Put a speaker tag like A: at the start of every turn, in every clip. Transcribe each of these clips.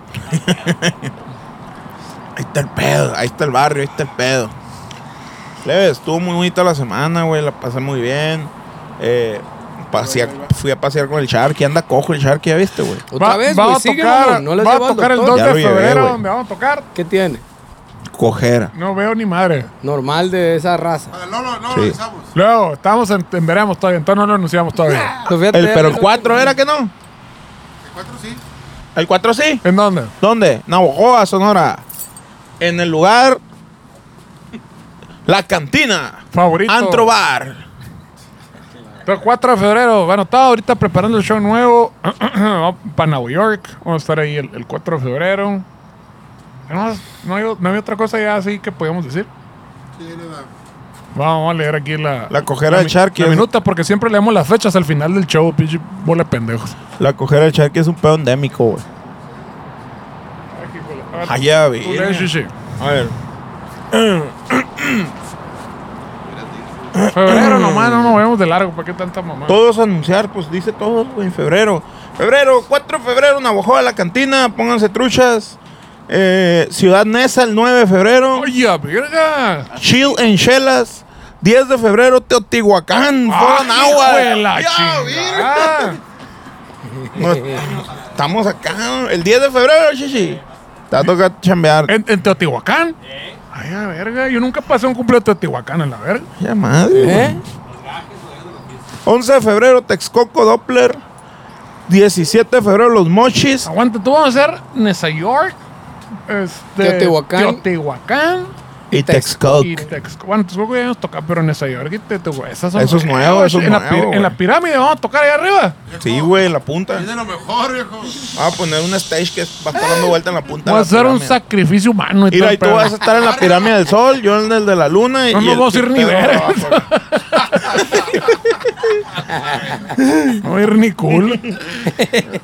A: ahí está el pedo, ahí está el barrio, ahí está el pedo. Leves, estuvo muy bonita la semana, güey, la pasé muy bien. Eh, pasea- fui a pasear con el Sharky, anda cojo el Sharky, ¿ya viste, güey?
B: Otra
C: Va-
B: vez,
C: va
B: güey,
C: a
B: sigue,
C: tocar,
B: mamón, no la
C: va a
B: lleva al
C: tocar el
B: doctor.
C: 2
A: Ya
C: de
A: lo llevé,
C: febrero,
A: güey.
C: donde vamos a tocar.
B: ¿Qué tiene?
A: Cojera.
C: No veo ni madre.
B: Normal de esa raza.
A: sí.
C: Luego, estamos en, en veremos todavía, entonces no lo anunciamos todavía.
B: Pero Pues fíjate,
A: El, pero el 4 era que no. El 4 sí. ¿El 4 sí?
C: ¿En dónde?
A: ¿Dónde? Navojoa, Sonora. En el lugar. La cantina.
C: Favorito.
A: Antro Bar.
C: El 4 de febrero. Bueno, estaba ahorita preparando el show nuevo para Nueva York. Vamos a estar ahí el, el 4 de febrero. No, no, hay, no hay otra cosa ya así que podíamos decir. Vamos a leer aquí la...
A: La cojera del
C: mi-
A: Sharky.
C: La
A: es-
C: minuta, porque siempre leemos las fechas al final del show, pinche bola de pendejos.
A: La cojera del Sharky es un pedo endémico, güey.
C: Ah,
A: Allá, vi.
C: Tú lees, Shishi.
A: A ver.
C: Febrero nomás, no nos vemos de largo. ¿Para qué tanta mamá?
A: Todos anunciar, pues dice todos, güey, en febrero. Febrero, 4 de febrero, Navojoa, la cantina. Pónganse truchas. Eh, Ciudad Nesa, el 9 de febrero.
C: ¡Oye, verga!
A: Chill en Chelas. 10 de febrero, Teotihuacán,
C: ¡Ay, hijo de
A: Foran
C: la chingada!
A: Estamos acá. El 10 de febrero, chichi. Te va a tocar chambear.
C: ¿En, en Teotihuacán? Ay, a verga. Yo nunca pasé un cumpleaños de Teotihuacán, a la verga.
A: Ya madre. güey.
B: ¿Eh?
A: 11 de febrero, Texcoco Doppler. 17 de febrero, Los Mochis.
C: Aguanta, tú vamos a hacer Nueva York, este,
B: Teotihuacán.
C: Teotihuacán,
A: Y Texcoco.
C: Y Texcoco. Bueno, Texcoco ya hemos tocado, pero en Nueva York, y te- te- güey, esas son
A: Eso es nuevo, eso es
C: en la
A: nuevo,
C: pir-
A: güey.
C: en la pirámide vamos a tocar allá arriba.
A: Sí, güey, en la punta.
D: Es de lo mejor, viejo.
A: Vamos a poner un stage que va a estar dando vuelta en la punta. de
C: Vamos a
A: la
C: hacer un
A: pirámide.
C: sacrificio humano y todo
A: Mira,
C: el
A: y tú
C: pedo.
A: vas a estar en la pirámide del sol, yo en el de la luna.
C: No
A: y
C: nos
A: el
C: vamos a ir ni
A: Pedro
C: ver.
A: abajo, güey.
C: No va a ir ni cool.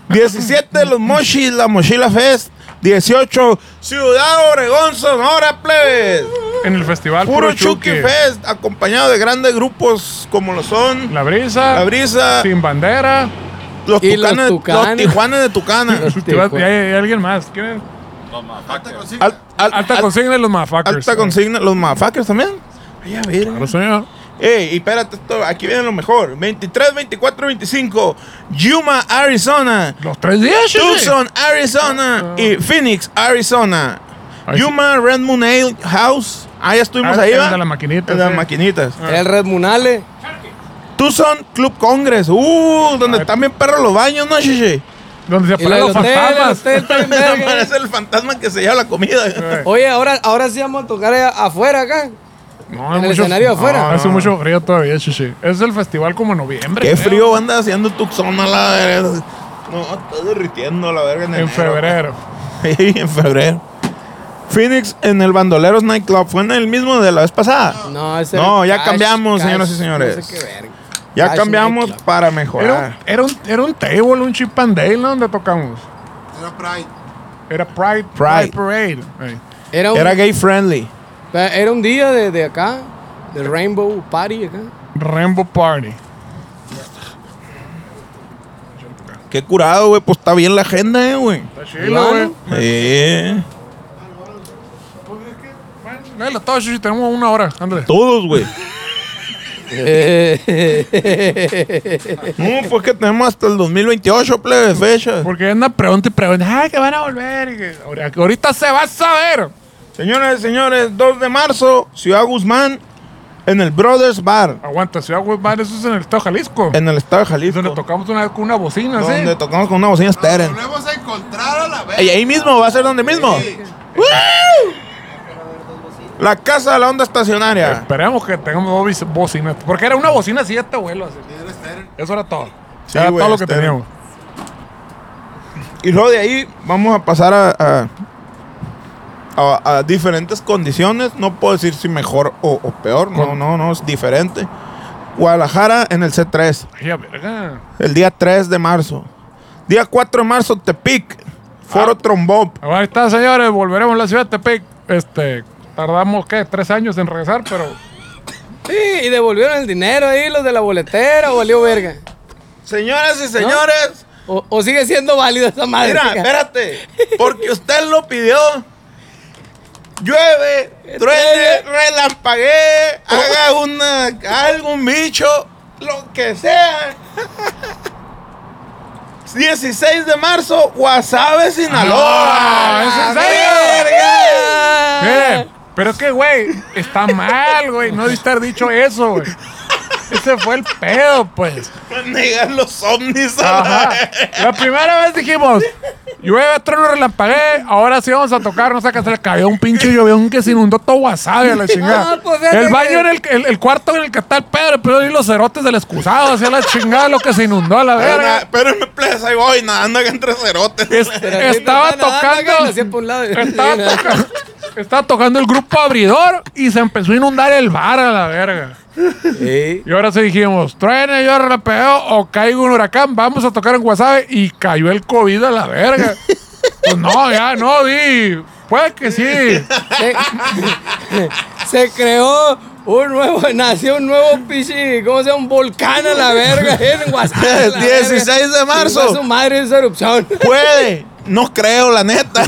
A: 17, los mochis, la mochila fest. 18, Ciudad Obregón, Sonora, plebes.
C: En el festival
A: Puro Chucky Fest, acompañado de grandes grupos como lo son
C: La brisa.
A: La Brisa,
C: Sin bandera.
A: los
B: Y los
A: Tucanes, los,
B: Tucanes.
A: Tijuanes de Tucana.
C: Y va- y hay, hay alguien más. ¿Quién es?
D: Falta consigo.
A: Al- al-
C: Alta
A: al-
C: consigna de los motherfuckers.
A: alta consigna, los motherfuckers también. Ay, a ver.
C: Claro, señor.
A: Ey, y espérate, esto- aquí viene lo mejor. 23, 24, 25, Yuma, Arizona.
C: Los tres días, Chucky.
A: Tucson, Arizona y Phoenix, Arizona.
C: Ahí Ah, sí.
A: Yuma Red Moon Ale House. Ah, ya estuvimos
C: Ah,
A: ahí,
C: el
A: ¿va?
C: de las maquinitas,
A: El de las
C: sí. Ah.
A: maquinitas.
B: El Red Munale.
A: Tucson Club Congress. Uh, donde están bien perros los baños, ¿no, Shishi?
C: Donde se
B: Y la
C: aparecen
B: del
C: los
B: hotel, el
C: fantasmas.
B: hotel está bien verga.
A: Parece el fantasma que se lleva la
C: Ah.
A: comida.
B: Oye, ahora, ahora sí vamos a tocar allá afuera acá.
C: No,
B: En
C: hay
B: el escenario afuera.
C: No, hace mucho frío todavía, chichi. Es el festival como en noviembre.
A: Ah. Qué
C: creo.
A: frío anda haciendo Tucson a la verga. No, está derritiendo la verga en,
C: En
A: enero.
C: febrero.
A: Sí, en febrero. Phoenix en el Bandoleros Nightclub. Fue en el mismo de la vez pasada.
B: No, ese
A: No, ya
B: Cash,
A: cambiamos,
B: Cash,
A: señoras y señores.
B: no sé qué verga.
A: Ya
B: Cash
A: cambiamos
B: Ah, Nightclub.
A: para
C: Era,
A: mejorar.
C: un- era, un, era un table, un chip and dale, ¿no? Donde tocamos.
D: Era Pride.
C: Era Pride,
A: Pride.
C: Pride. Parade. Ahí.
B: Era un,
A: Era
B: era,
A: gay friendly.
B: un día de, de acá, de Rainbow Party acá.
C: Rainbow Party.
A: Qué curado, güey. Pues está bien la agenda, eh, güey.
C: Chilo, güey.
A: Eh,
C: Bueno, dale, todo, chichi. Tenemos una hora. Ándale.
A: todos, güey.
B: Eh,
A: No, pues que tenemos hasta el 2028, plebe, fecha.
C: Porque anda pregunta y pregunta, ay, que van a volver. y que- ahora- ahorita se va a saber.
A: Señoras y señores, 2 de marzo, Ciudad Guzmán, en el Brothers Bar,
C: Aguanta, Ciudad Guzmán, eso es en el Estado de Jalisco.
A: en el estado de
C: Es
A: Jalisco.
C: donde
A: Donde,
C: tocamos una vez con una
A: Ah,
C: bocina, ¿sí?
A: tocamos con una bocina estéreo.
D: Volvemos a encontrar a la vez.
A: Y ahí mismo, va a ser donde mismo.
D: Sí.
A: ¡Woo! La casa de la onda estacionaria.
C: Esperemos que tengamos dos bis- bocinas. Porque era una bocina así este vuelo. así.
D: Era estéreo.
C: Eso era todo.
A: Sí,
C: era
A: güey, este
C: todo lo que
A: estéreo.
C: teníamos.
A: Y luego de ahí vamos a pasar a, a, a- a diferentes condiciones. No puedo decir si mejor o, o peor. No,
C: Con-
A: no, no, es diferente. Guadalajara en el C3,
C: Ay, a "Ah, verga.
A: el día 3 de marzo. Día 4 de marzo, Tepic, Foro Trombón.
C: Ahí está, señores. Volveremos a la ciudad de Tepic. Este, tardamos, ¿qué? Tres años en regresar, pero
B: sí, y devolvieron el dinero ahí, los de la boletera, o valió verga.
A: Señoras y señores,
B: O, o sigue siendo válido esa madre.
A: mira, espérate, porque usted lo pidió. Llueve, truene, relampaguee,
C: Oh.
A: haga una, algo, un bicho, lo que sea. 16 de marzo, Guasave, Sinaloa.
C: Ah, ¿es en serio? Miren, eh, pero es que, güey, está mal, güey. No debiste haber dicho eso, güey. Ese fue el pedo, pues.
A: Verga. Negar los ovnis a la
C: Ajá.
A: verga.
C: La primera vez dijimos, llueve, trueno, relampagué, ahora sí vamos a tocar, no sé qué hacer. Cayó un pinche llovión que se inundó todo wasabi a la chingada.
B: No, pues, fíjate
C: el
B: que-
C: baño en el, el, el cuarto en el que está el Pedro, pero y los cerotes del excusado, hacia la chingada lo que se inundó a la
A: Espera,
C: verga.
A: espérame, please, ahí voy, nadando acá entre cerotes.
C: Es- estaba
B: no, no, no,
C: tocando.
B: que lo hacía por un lado.
C: Estaba, toca- estaba tocando el grupo abridor y se empezó a inundar el bar a la verga.
B: Sí.
C: Y ahora sí dijimos, truene, yo rapeo o caigo un huracán, vamos a tocar en Guasave. Y cayó el COVID a la verga. pues no, ya no, di. Puede que sí.
B: Se, se creó un nuevo, nació un nuevo pichi, ¿cómo se llama? Un volcán a la verga en WhatsApp. a la
A: 16
B: verga.
A: de marzo.
B: Chingó a su madre esa erupción.
A: Puede, no creo, la neta.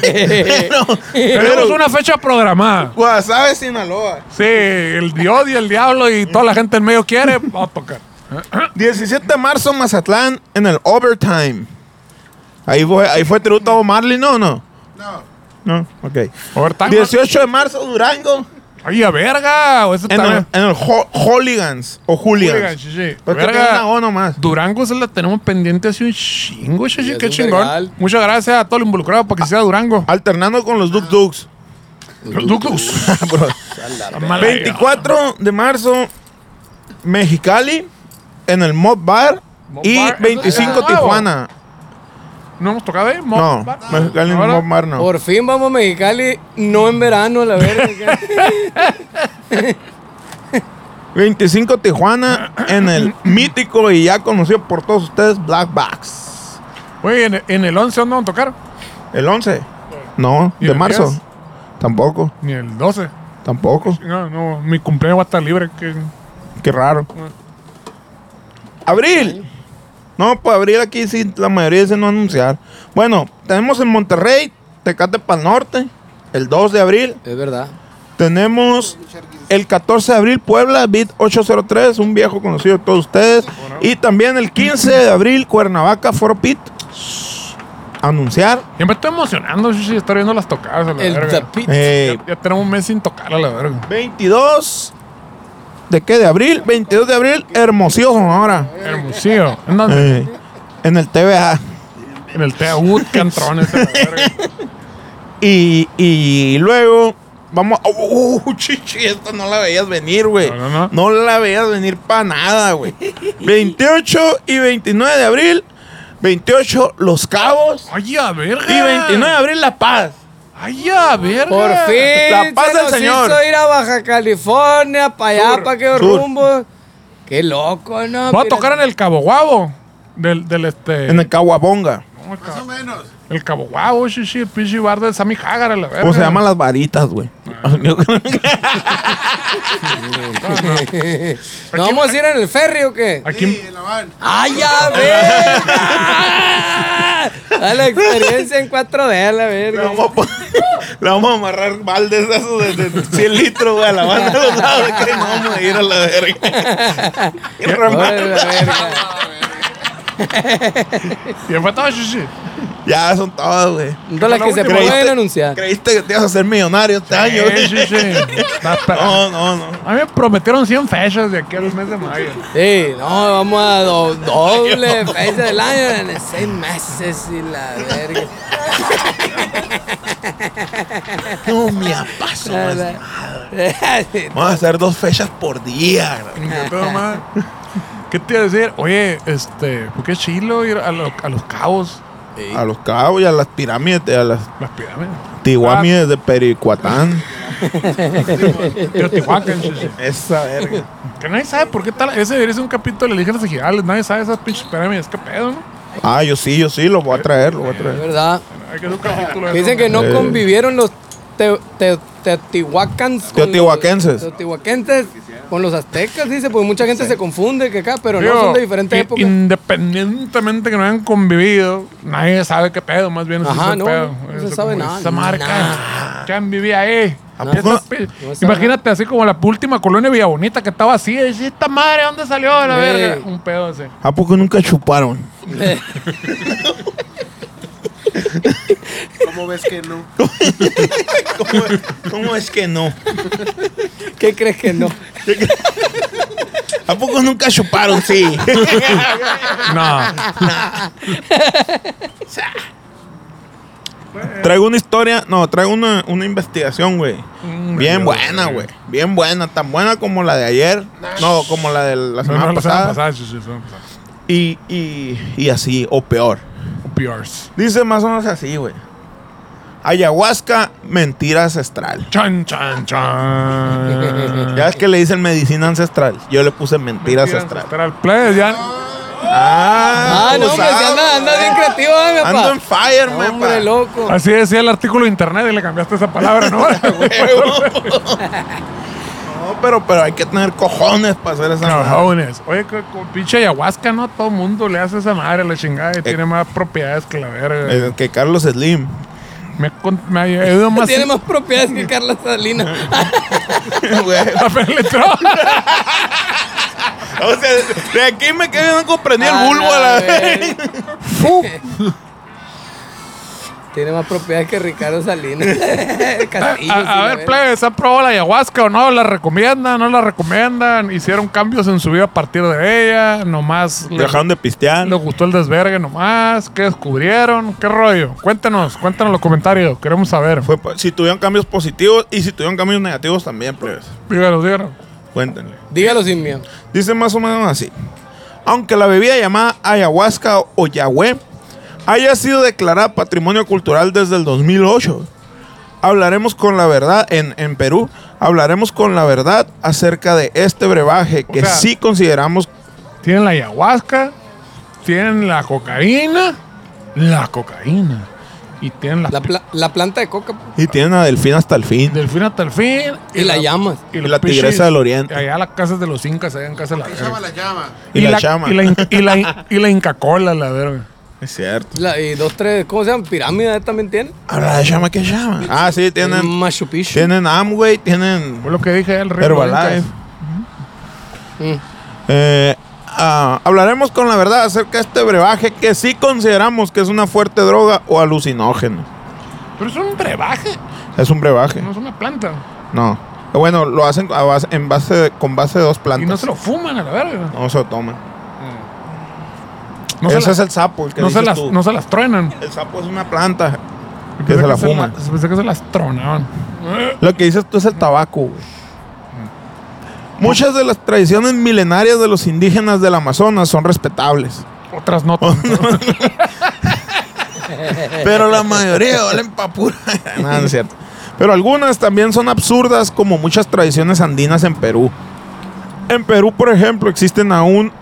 A: pero,
C: Tenemos
A: pero
C: una fecha programada.
A: Guasave, Sinaloa.
C: Sí, el Dios y el diablo y toda la gente en medio quiere, va a tocar.
A: 17 de marzo, Mazatlán, en el Overtime. Ahí fue, ahí fue tributo a Bob Marley, ¿no? No,
D: No.
A: no, ok.
C: Overtime.
A: 18 de marzo, Durango,
C: Ay, a verga. o Eso
A: en el,
C: está.
A: en el Ho- Hooligans o
C: Verga,
A: Hooligans.
C: chichi.
A: Porque
C: Verga.
A: tiene una O nomás.
C: Durango se la tenemos pendiente hace un chingo,
B: Sí,
C: chichi.
B: es
C: Qué
B: un
C: chingón.
B: vergal.
C: Muchas gracias a todo lo involucrado para que sea Durango.
A: Alternando con los Duk Duks.
C: Los Ducus.
A: Bro. 24 de marzo, Mexicali, en el Mob Bar.
C: Mob
A: y
C: Bar, ¿eso
A: 25
C: está nuevo?
A: Tijuana.
C: ¿No hemos tocado ahí? Mo-
A: No,
C: bar-
A: Mexicali en
C: Ahora,
A: Mob Bar no.
B: Por fin vamos a Mexicali, no en verano, la verga.
A: 25 Tijuana, en el mítico y ya conocido por todos ustedes, Black Box.
C: Oye, en, en el 11 ¿dónde vamos a tocar?
A: ¿El 11? No,
C: ¿Y
A: de
C: el
A: marzo.
C: 10?
A: Tampoco,
C: Ni el 12.
A: tampoco.
C: No, no, mi cumpleaños va a estar libre. Que...
A: Qué raro.
C: Ah.
A: Abril. No, pues abril aquí sí, la mayoría dice no anunciar. Bueno, tenemos en Monterrey, Tecate para norte, el 2 de abril.
B: es verdad.
A: Tenemos el 14 de abril, Puebla, Bit 803, un viejo conocido de todos ustedes. Y también el 15 de abril, Cuernavaca, Foro Pit. Anunciar.
C: Ya me estoy emocionando, Shishi, estar viendo las tocadas. A la
B: El The
C: verga.
B: Pit.
A: Eh,
C: Ya, ya tenemos un mes sin tocar a la verga.
A: 22 de qué de abril 22 de abril Hermosillo Sonora
C: Hermosillo. Andas
A: Eh, en el TVA
C: en el TAU, cantrones. a la verga.
A: y, y luego vamos uh, uh, chichi esta no la veías venir güey
C: No, no, no.
A: la veías venir para nada güey 28 y 29 de abril 28 Los Cabos
C: Ay, a verga.
A: y 29 de abril La Paz
C: Ay, a verga.
B: Por fin
A: La paz
B: se
A: del
B: nos
A: Señor.
B: hizo ir a Baja California, para allá,
C: Sur,
B: para qué
A: sur.
B: rumbo. Qué loco, ¿no?
C: Va a
B: Mira,
C: tocar en el Cabo Guabo. Del, del este.
A: en el Caguabonga
C: ¿cómo el,
D: Más o
C: Cabo,
D: menos.
C: el Cabo Guabo, Shishi, el pinche bar de Sammy Hagar, a la verga.
A: o se llaman las varitas güey
C: Ah.
B: ¿No vamos a ir en el ferry o qué?
C: Aquí,
D: Sí, en la van.
B: ¡Ay, ya verga! A la experiencia en 4D, la
A: Le
B: verga.
A: vamos, a poner- le vamos a amarrar baldes de esos de, de 100 litros, güey, a la banda de los lados. Que no vamos a ir a la verga. Y remar.
B: Órale, la verga.
C: ya fue todo, Shishi.
A: ya son todas, güey.
B: Son las que se
A: ¿Creíste-
B: pueden anunciar.
A: Creíste que te ibas a hacer millonario este año,
C: Eh,
A: güey.
C: Shishi. Está esperando.
A: No, no, no.
C: A mí me prometieron 100 fechas de aquí al mes de mayo.
B: Sí, no, vamos a do- doble fecha del año en seis meses y la verga.
A: No me apaso, güey.
B: La-
A: Vamos a hacer dos fechas por día, güey.
C: Ya todo mal. ¿Qué te iba a decir? Oye, este, ¿por qué es chilo ir a, lo- a los cabos?
A: A los cabos y a las pirámides, a las
C: Las pirámides.
A: tiguamides de Pericuatán.
C: Pero Tijuana, Shishi.
A: Esa verga.
C: Que nadie sabe por qué tal. Ese debería ser un capítulo de Ligeras Ejidales. Nadie sabe esas pinches pirámides. ¿Qué pedo, no?
A: Ah, yo sí, yo sí, lo voy a traer, lo voy a traer.
B: ¿Verdad?
C: Hay que hacer un capítulo de
B: Dicen
C: eso.
B: que no
A: Eh.
B: convivieron los te- te- teotihuacans con
A: Teotihuacenses.
B: los- Teotihuacenses con los aztecas, dice, pues mucha gente se confunde que acá, pero
C: Digo,
B: no son de diferentes
C: i-
B: épocas.
C: Independientemente que no hayan convivido, nadie sabe qué pedo, más bien. ese
B: Ajá,
C: es el
B: no,
C: pedo.
B: no se
C: Eso
B: sabe
C: como
B: nada,
C: Esa marca.
B: nada.
C: ¿Quién vivía ahí?
A: ¿A
C: Y
A: poco?
C: esas pi-
B: No se sabe
C: Imagínate así como la última colonia de Villa Bonita que estaba así. y Esta madre, ¿dónde salió la
B: Ey.
C: verga? Un pedo así.
A: ¿A poco nunca chuparon?
D: ¿Cómo ves que no?
A: ¿Cómo, cómo es que no?
B: ¿Qué crees que no?
A: ¿A poco nunca chuparon? Sí.
C: No.
A: Traigo una historia, no, traigo una, una investigación, güey. Bien
C: Dios,
A: buena, güey. Bien buena, tan buena como la de ayer. No, como la de la
C: No,
A: semana
C: no, la semana
A: pasada.
C: pasada, sí, sí, la semana pasada.
A: Y, y, y así, o peor.
C: PRs.
A: Dice más o menos así, güey. Ayahuasca, mentira ancestral.
C: Chan, chan, chan.
A: Ya es que le dicen medicina ancestral. Yo le puse mentira, ancestral.
C: Plebes, ya.
A: Ah,
B: Ah, no, hombre,
A: usado,
B: si anda, anda
A: güey.
B: bien creativo, eh, mi
A: Ando
B: papá.
A: en fire, me
B: Hombre, loco.
C: Así decía el artículo de internet y le cambiaste esa palabra, ¿no?
A: No, pero, pero hay que tener cojones para hacer esa mamada.
C: Cajones. Oye, co- co- pinche ayahuasca, ¿no? Todo mundo le hace esa madre, la chingada,
B: Eh.
C: y tiene más propiedades que la verga.
A: Eh, que Carlos Slim.
C: me, ha con- me ha ayudado más.
B: Tiene más propiedades que Carla Salinas.
A: Güey.
C: Apenas le entró.
A: O sea, de aquí me
B: Ah,
A: quedé no comprendí el
B: A
A: bulbo
B: la
A: a la
B: verga.
A: vez.
B: Tiene más propiedades que Ricardo Salinas. Castillo, sí,
C: A, a
B: la
C: ver,
B: verga.
C: plebes, ¿han probado la ayahuasca o no? ¿La recomiendan? ¿No la recomiendan? ¿Hicieron cambios en su vida a partir de ella? ¿Nomás le-
A: Dejaron de pistear.
C: les gustó el desvergue nomás? ¿Qué descubrieron? ¿Qué rollo? Cuéntenos, cuéntenos los comentarios. Queremos saber.
A: Fue pa- si tuvieron cambios positivos y si tuvieron cambios negativos también, plebes.
C: Díganos, díganos.
A: Cuéntenle.
B: Dígalo sin miedo.
A: Dice más o menos así. Aunque la bebida llamada ayahuasca o yahweh haya sido declarada patrimonio cultural desde el 2008, hablaremos con la verdad en, en Perú, hablaremos con la verdad acerca de este brebaje que
C: sea-
A: sí consideramos
C: Tienen la ayahuasca, tienen la cocaína, la cocaína. Y tienen la,
B: La, pla- la planta de coca
A: y tienen a Delfín hasta el fin.
C: delfín hasta el fin.
B: y, la, llamas.
C: y
A: la tigresa
C: pichis
A: del oriente.
C: Allá las casas de los incas, allá en casa de la
D: ¿Qué
C: verga.
D: llama la llama?
A: Y la chama.
C: Y la, in- y la- y la Inca Cola, la verga.
A: Es cierto.
B: La- y dos, tres, ¿cómo se llaman? Pirámides también tienen.
A: Habla de llama que llama. Ah, sí, tienen,
B: Machu Picchu.
A: tienen Amway, tienen
C: Fue lo que dije el rey.
A: Herbalife.
B: Mm.
A: Eh, ah, hablaremos con la verdad acerca de este brebaje que sí consideramos que es una fuerte droga o alucinógeno.
C: Pero es un brebaje,
A: Es un brebaje.
C: no es una planta.
A: No. Bueno, lo hacen a base- en base de- con base de dos
C: Y
A: plantas.
C: no se lo fuman a la verga.
A: No se lo toman.
C: No,
A: Ese
C: se, las,
A: es el sapo, el que
C: no, se
A: dices
C: las,
A: tú.
C: no se las truenan.
A: El sapo es una planta que
C: Pensé
A: se la
C: que
A: fuman.
C: la- pensé que se las tronaban.
A: Lo que dices tú es el tabaco, güey. Muchas de las tradiciones milenarias de los indígenas del Amazonas son respetables.
C: Otras no. tanto.
A: Pero la mayoría valen pa' pura. Nada, no es cierto. Pero algunas también son absurdas, como muchas tradiciones andinas en Perú. En Perú, por ejemplo, existen aún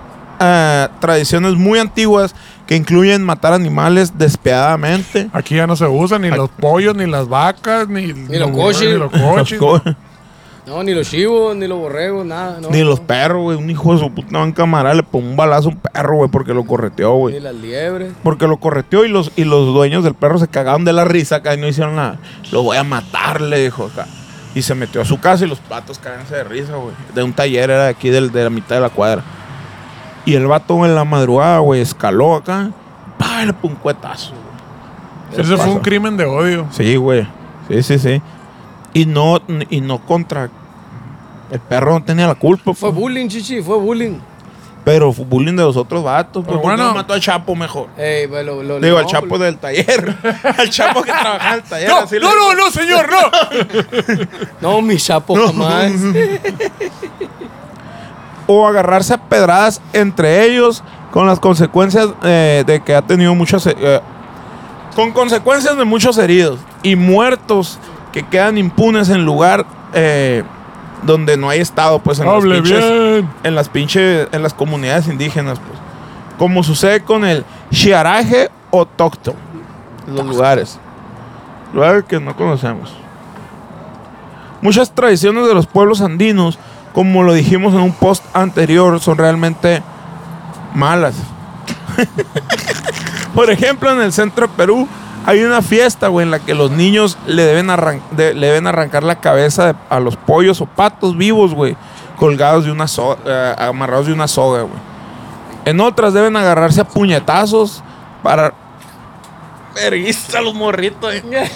A: eh, tradiciones muy antiguas que incluyen matar animales despiadadamente.
C: Aquí ya no se usan ni los pollos, ni las vacas, ni, ni
B: los coches.
C: Ni los coches.
A: Co-
B: No, ni los chivos, ni los borregos, nada. No,
A: Ni los perros, güey. Un hijo de su puta banca amaral le pone un balazo a un perro, güey, porque lo correteó,
B: Ni
A: güey.
B: las liebres.
A: Porque lo correteó y los, y los dueños del perro se cagaron de la risa acá y no hicieron nada. Lo voy a matar, le dijo acá. Y se metió a su casa y los patos cagándose de risa, güey. De un taller, era de aquí del- de la mitad de la cuadra. Y el vato en la madrugada, güey, escaló acá. ¡Pah! Le puso un cuetazo, güey.
C: Ese fue
A: Paso.
C: un crimen de odio.
A: Sí, güey. Sí, sí, sí. Y no, y no contra. El perro no tenía la culpa.
B: Fue
A: pues.
B: bullying, chichi, fue bullying.
A: Pero fue bullying de los otros vatos.
C: Pero
A: Pero bueno,
C: bueno.
A: mató a Chapo mejor.
B: Ey, pues, lo- lo-
A: Digo, al
B: no,
A: Chapo del taller. al Chapo que trabajaba en el taller.
C: No,
A: así le-
C: no, no, no, señor, no.
B: No, mi chapo jamás.
A: O agarrarse a pedradas entre ellos con las consecuencias eh, de que ha tenido muchos... eh, con consecuencias de muchos heridos y muertos que quedan impunes en lugar eh, donde no hay estado, pues en los
C: Hable
A: pinches-
C: bien.
A: en las pinches, en las comunidades indígenas, pues. Como sucede con el chiaraje o tocto. Los lugares. Lugares que no conocemos. Muchas tradiciones de los pueblos andinos, como lo dijimos en un post anterior, son realmente malas. Por ejemplo, en el centro de Perú hay una fiesta, güey, en la que los niños le deben, arran- de- le deben arrancar la cabeza de- a los pollos o patos vivos, güey, colgados de una soga, amarrados de una soga, güey. En otras deben agarrarse a puñetazos para... Verguista los morritos, eh.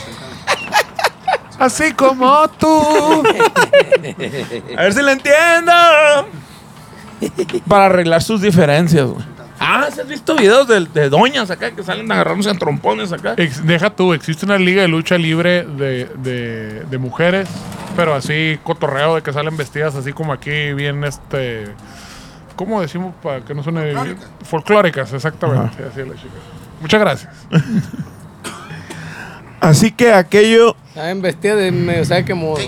C: Así como tú.
A: A ver si le entiendo. Para arreglar sus diferencias, güey. Ah, ¿se has visto videos de, de doñas acá que salen agarrándose a trompones acá?
C: Ex- deja tú, existe una liga de lucha libre de, de- de mujeres, pero así cotorreo de que salen vestidas así como aquí, bien este. ¿Cómo decimos para que no suene?
D: Folclóricas.
C: Folclóricas, exactamente. Así es la chica. Muchas gracias.
A: Así que aquello
B: Saben vestidas de medio, ¿sabes qué modo?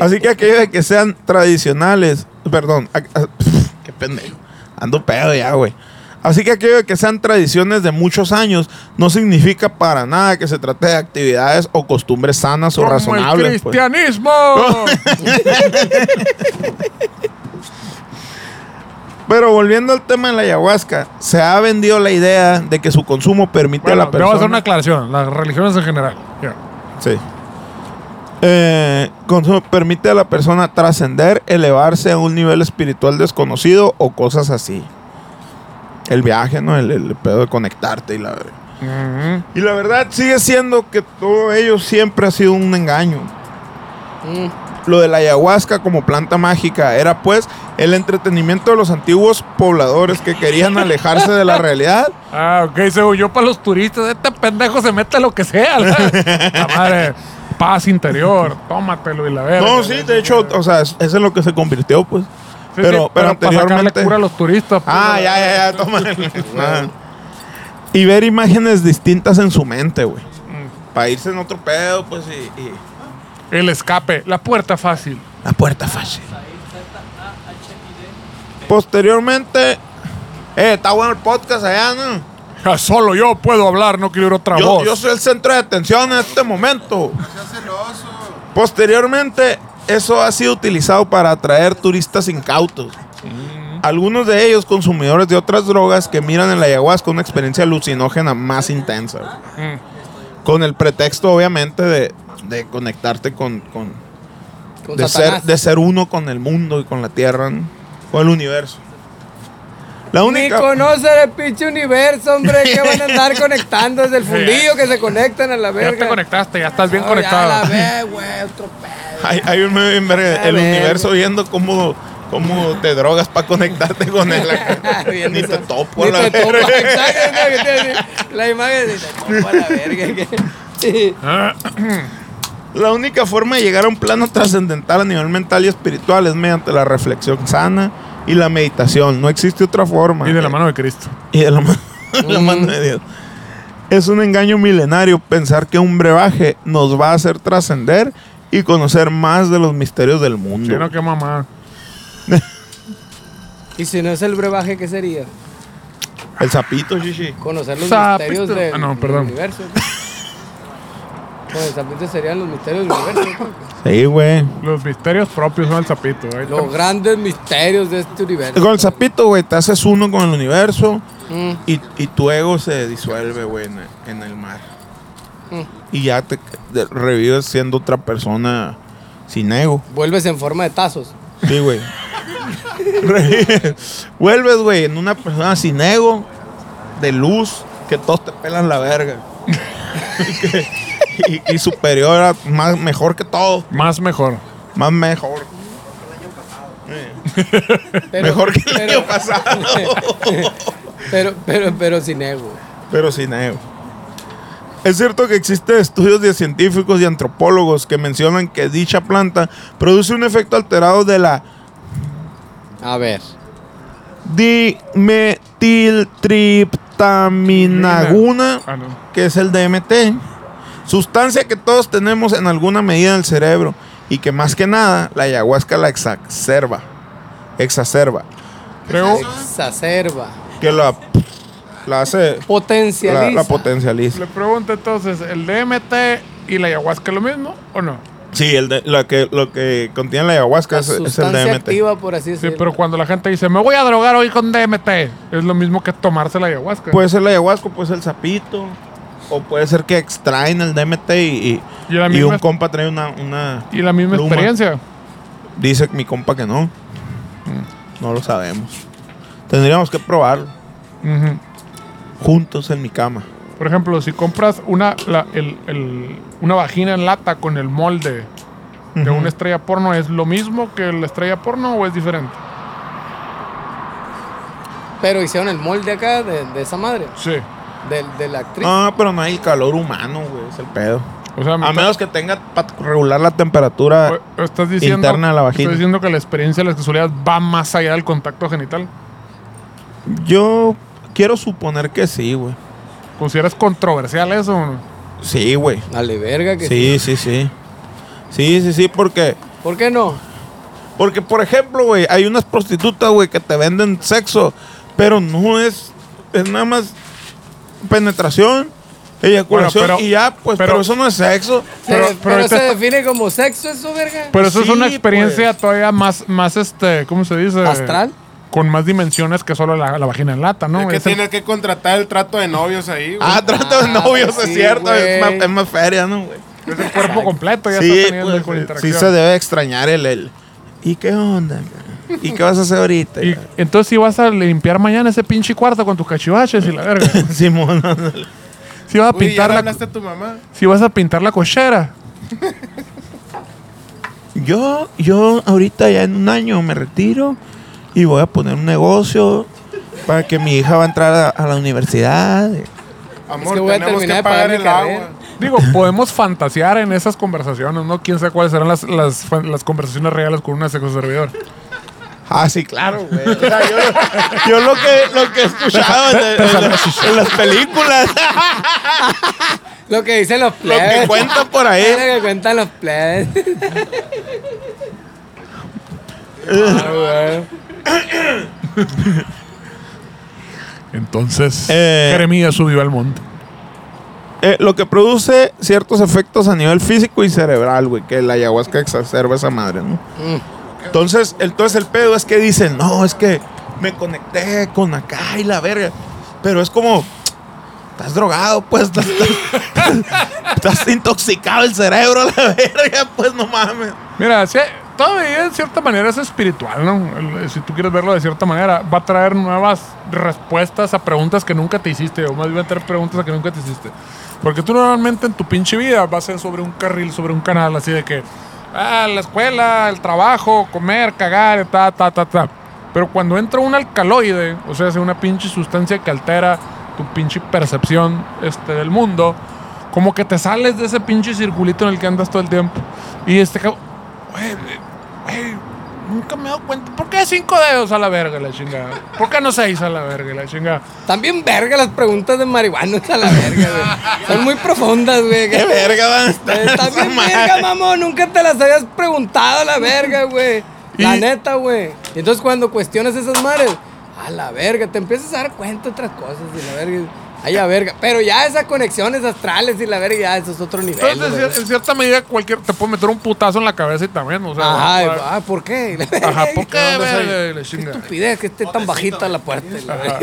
A: Así que aquello de que sean tradicionales, perdón, a- a- pf, qué pendejo, ando pedo ya, güey. Así que aquello de que sean tradiciones de muchos años no significa para nada que se trate de actividades o costumbres sanas o
C: ¡Como el
A: razonables. pues.
C: cristianismo!
A: Pero volviendo al tema de la ayahuasca, se ha vendido la idea de que su consumo permite a
C: bueno,
A: la
C: debo
A: persona.
C: hacer una aclaración. Las religiones en general. Ya.
A: Sí. Eh, consumo- permite a la persona trascender, elevarse a un nivel espiritual desconocido o cosas así. El viaje, ¿no? El, el pedo de conectarte y la verga. Y la verdad sigue siendo que todo ello siempre ha sido un engaño. Lo de la ayahuasca como planta mágica era pues el entretenimiento de los antiguos pobladores que querían alejarse de la realidad.
C: Ah, ok, se huyó para los turistas. Este pendejo se mete a lo que sea. La, la madre, paz interior, tómatelo y la verga.
A: No, sí, de hecho, o sea, eso es en lo que se convirtió pues.
C: Sí, sí,
A: pero, pero,
C: Para sacarle
A: anteriormente...
C: cura a los turistas. pues,
A: Ah,
C: la-
A: ya, ya, ya, toma. Ajá. y ver imágenes distintas en su mente, güey. Para irse en otro pedo, pues, y... y-
C: El escape, la puerta fácil.
A: La puerta fácil. Posteriormente... Eh, está bueno el podcast allá, ¿no?
C: Ja, Solo yo puedo hablar, no quiero ir otra
A: Yo,
C: voz.
A: yo soy el centro de atención en este momento.
D: Sea celoso.
A: Posteriormente, eso ha sido utilizado para atraer turistas incautos. Algunos de ellos consumidores de otras drogas que miran en la ayahuasca una experiencia alucinógena más intensa. güey. Con el pretexto, obviamente, de, de conectarte con... con-
B: Con
A: de, ser,
B: Satanás.
A: de ser uno con el mundo y con la tierra, ¿no? con el universo. La
B: Ni
A: única...
B: conoce el pinche universo, hombre. Que van a andar conectando desde el fundillo que se conectan a la
C: ya
B: verga.
C: te conectaste, ya estás bien
A: Oh,
B: No,
C: conectado.
B: Ya la ve, güey, otro pedo.
A: Hay, hay un meme bien verga,
B: A
A: el
B: ver,
A: universo viendo cómo, cómo te drogas para conectarte con él.
B: Bien
A: Ni te
B: esa-
A: topo,
B: Ni
A: la
B: te topa,
A: verga.
B: exacto, es lo que te iba a decir. La imagen de te topa la verga. que-
C: Ah,
A: La única forma de llegar a un plano trascendental a nivel mental y espiritual es mediante la reflexión sana y la meditación. No existe otra forma.
C: y de la mano de Cristo.
A: Y de la ma- la mano de Dios. Es un engaño milenario pensar que un brebaje nos va a hacer trascender y conocer más de los misterios del mundo.
C: Sí, no, qué mamá.
B: Y si no es el brebaje, ¿qué sería?
A: El sapito, chichi.
B: Conocer los
C: Sapito.
B: misterios del,
C: Ah, no,
B: del
C: perdón.
B: universo. Pues también serían los misterios del universo.
A: Sí, güey.
C: Los misterios propios son el sapito. ahí
B: Los
C: está.
B: grandes misterios de este universo.
A: Con el sapito, güey, te haces uno con el universo
B: Mm.
A: y, y tu ego se disuelve, güey, en, el- en el mar.
B: Mm.
A: Y ya te de- revives siendo otra persona sin ego.
B: Vuelves en forma de tazos.
A: Sí, güey. Revives. Vuelves, güey, en una persona sin ego, de luz, que todos te pelan la verga. y, que- y- y superior a, más, mejor que todo,
C: Más mejor.
A: más mejor.
B: Pero-
A: mejor que el
B: pero-
A: año pasado.
B: Pero, pero, pero sin ego.
A: pero sin ego. Es cierto que existen estudios de científicos y antropólogos que mencionan que dicha planta produce un efecto alterado de la
B: A ver.
A: dimetiltriptaminaguna,
C: Ah, no.
A: que es el DMT, sustancia que todos tenemos en alguna medida en el cerebro y que más que nada la ayahuasca la exacerba, exacerba,
C: Creo,
B: Exacerba.
A: que la, la hace,
B: Potencializa.
A: la, la potencializa.
C: le pregunto entonces, ¿el DMT y la ayahuasca es lo mismo o no?
A: Sí, el de- la que, lo que contiene la ayahuasca
B: La
A: es, es el
B: sustancia
A: DMT.
B: activa, por así
C: Sí,
B: decirlo.
C: pero cuando la gente dice, me voy a drogar hoy con DMT, es lo mismo que tomarse la ayahuasca.
A: Puede ser la ayahuasca, puede ser el sapito, o puede ser que extraen el DMT y,
C: Y la
A: y, y
C: misma-
A: un compa trae una, una.
C: y la misma
A: pluma.
C: experiencia.
A: Dice mi compa que no. Mm, No lo sabemos. Tendríamos que probarlo
C: Ujú.
A: juntos en mi cama.
C: Por ejemplo, si compras una, la- el- el- una vagina en lata con el molde de una estrella porno, ¿es lo mismo que la estrella porno o es diferente?
B: Pero hicieron el molde acá de, de esa madre.
C: Sí.
B: De, de la actriz.
A: No, Ah, pero no hay el calor humano, güey. Es el pedo.
C: O sea, me
A: A menos que tenga para regular la temperatura.
C: está- estás diciendo,
A: interna de la vagina.
C: estás diciendo que la experiencia de la sexualidad va más allá del contacto genital.
A: Yo quiero suponer que sí, güey.
C: ¿Consideras controversial eso o no?
A: Sí, güey.
B: Dale verga que sí.
A: Sí, sí, sí. Sí, sí, sí, porque.
B: ¿Por qué no?
A: Porque, por ejemplo, güey, hay unas prostitutas, güey, que te venden sexo, pero no es, es nada más penetración, eyaculación
C: Bueno, pero-
A: y ya, pues, pero,
C: pero-
A: eso no es sexo.
B: Se-
C: Pero-
B: Pero,
C: pero ahorita
B: se
C: está- Pues,
B: define como sexo eso, verga.
C: Pero eso
A: Sí,
C: es una experiencia todavía más, más este, ¿cómo se dice?
B: ¿Astral?
C: Con más dimensiones que solo la, la vagina en lata, ¿no?
E: Es que
C: Es el-
E: tienes que contratar el trato de novios ahí, güey.
A: Ah, trato de
B: Ah,
A: novios,
B: sí,
A: es cierto, es más,
B: güey.
A: es más feria, ¿no, güey?
C: es el cuerpo completo, ya
A: Sí,
C: está teniendo
A: pues,
C: con
A: sí
C: interacción.
A: se debe extrañar el, el, ¿y qué onda? güey? ¿Y qué vas a hacer ahorita?
C: Y entonces si vas a limpiar mañana ese pinche cuarto con tus cachivaches y la verga.
A: Simón, ándale.
C: si vas a
E: Uy, ¿ya
C: pintar
E: le
C: la,
E: hablaste a tu mamá?
C: si vas a pintar la cochera.
A: Yo, yo ahorita ya en un año me retiro y voy a poner un negocio para que mi hija va a entrar a, a la universidad.
E: Amor,
B: Es que voy a
E: tenemos que
B: terminar de
E: pagar,
B: pagar mi
E: el
B: carrera.
E: agua.
C: Digo, podemos fantasear en esas conversaciones, ¿no? Quién sabe cuáles serán las, las, fan- las conversaciones reales con un sexo servidor.
A: Ah, sí, claro, güey. O sea, yo, yo lo, que, lo que he escuchado en, en- en- en las películas,
B: Lo que dicen los
A: lo que
B: plebes.
A: cuentan por ahí.
B: Lo que cuentan los plebes. Ah, güey.
C: Entonces,
A: Eh.
C: Jeremías subió al monte.
A: Eh, lo que produce ciertos efectos a nivel físico y cerebral, güey, que la ayahuasca exacerba esa madre, ¿no?
B: Mm.
A: Entonces, el, entonces el pedo es que dicen, no, es que me conecté con acá y la verga. Pero es como, estás drogado, pues, estás, estás- estás intoxicado el cerebro, la verga, pues, no mames.
C: Mira, sí, todavía en cierta manera es espiritual, ¿no? El- eh, Si tú quieres verlo de cierta manera, va a traer nuevas respuestas a preguntas que nunca te hiciste, o más bien va a traer preguntas a que nunca te hiciste. Porque tú normalmente en tu pinche vida vas a ser sobre un carril, sobre un canal, así de que, ah, la escuela, el trabajo, comer, cagar, ta, ta, ta, ta. Pero cuando entra un alcaloide, o sea, es una pinche sustancia que altera tu pinche percepción este, del mundo, como que te sales de ese pinche circulito en el que andas todo el tiempo. Y este cab- Güey, güey, nunca me he dado cuenta. ¿Por qué cinco dedos a la verga la chingada? ¿Por qué no seis a la verga la chingada?
B: Están bien verga las preguntas de marihuanos a la verga, güey. Son muy profundas, güey.
A: Qué verga van a estar
B: Estás
A: esa
B: bien
A: madre.
B: verga, mamón. Nunca te las habías preguntado a la verga, güey. La
C: Y-
B: neta, güey. Y Entonces, cuando cuestionas esas madres, a la verga, te empiezas a dar cuenta de otras cosas y la verga. Ay, la verga. Pero ya esas conexiones astrales y la verga, ya eso es otro nivel.
C: Entonces, en
B: güey.
C: cier- en cierta medida, cualquier te puede meter un putazo en la cabeza y también, o sea.
B: Ajá, y-
C: va-
B: ah, ¿por qué?
C: Ajá, ¿por qué,
B: onda soy?
C: verga, la
B: Qué
C: chingada?
B: estupidez que esté tan bajita la puerta. y la verga.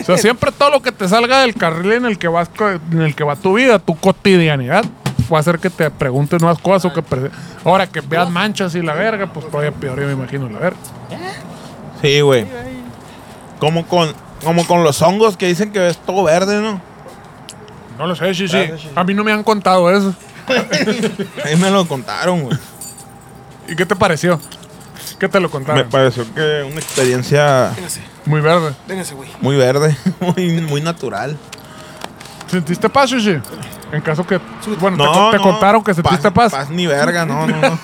C: O sea, siempre todo lo que te salga del carril en el que vas co- en el que va tu vida, tu cotidianidad, va a hacer que te preguntes nuevas cosas o que pre- ahora que veas manchas y la verga, pues todavía peor, yo me imagino, la verga.
A: Sí, güey. Como con, como con los hongos que dicen que es todo verde, ¿no?
C: No lo sé, sí, sí. A mí no me han contado eso.
A: Ahí me lo contaron, güey.
C: ¿Y qué te pareció? ¿Qué te lo contaron?
A: Me pareció que una experiencia
C: Muy verde.
E: Véngase, güey.
A: muy verde, muy, muy natural.
C: ¿Sentiste paz, Shishi? En caso que. Bueno, te
A: No,
C: con- te,
A: no,
C: contaron que sentiste paz.
A: Paz ni verga, no, no, no.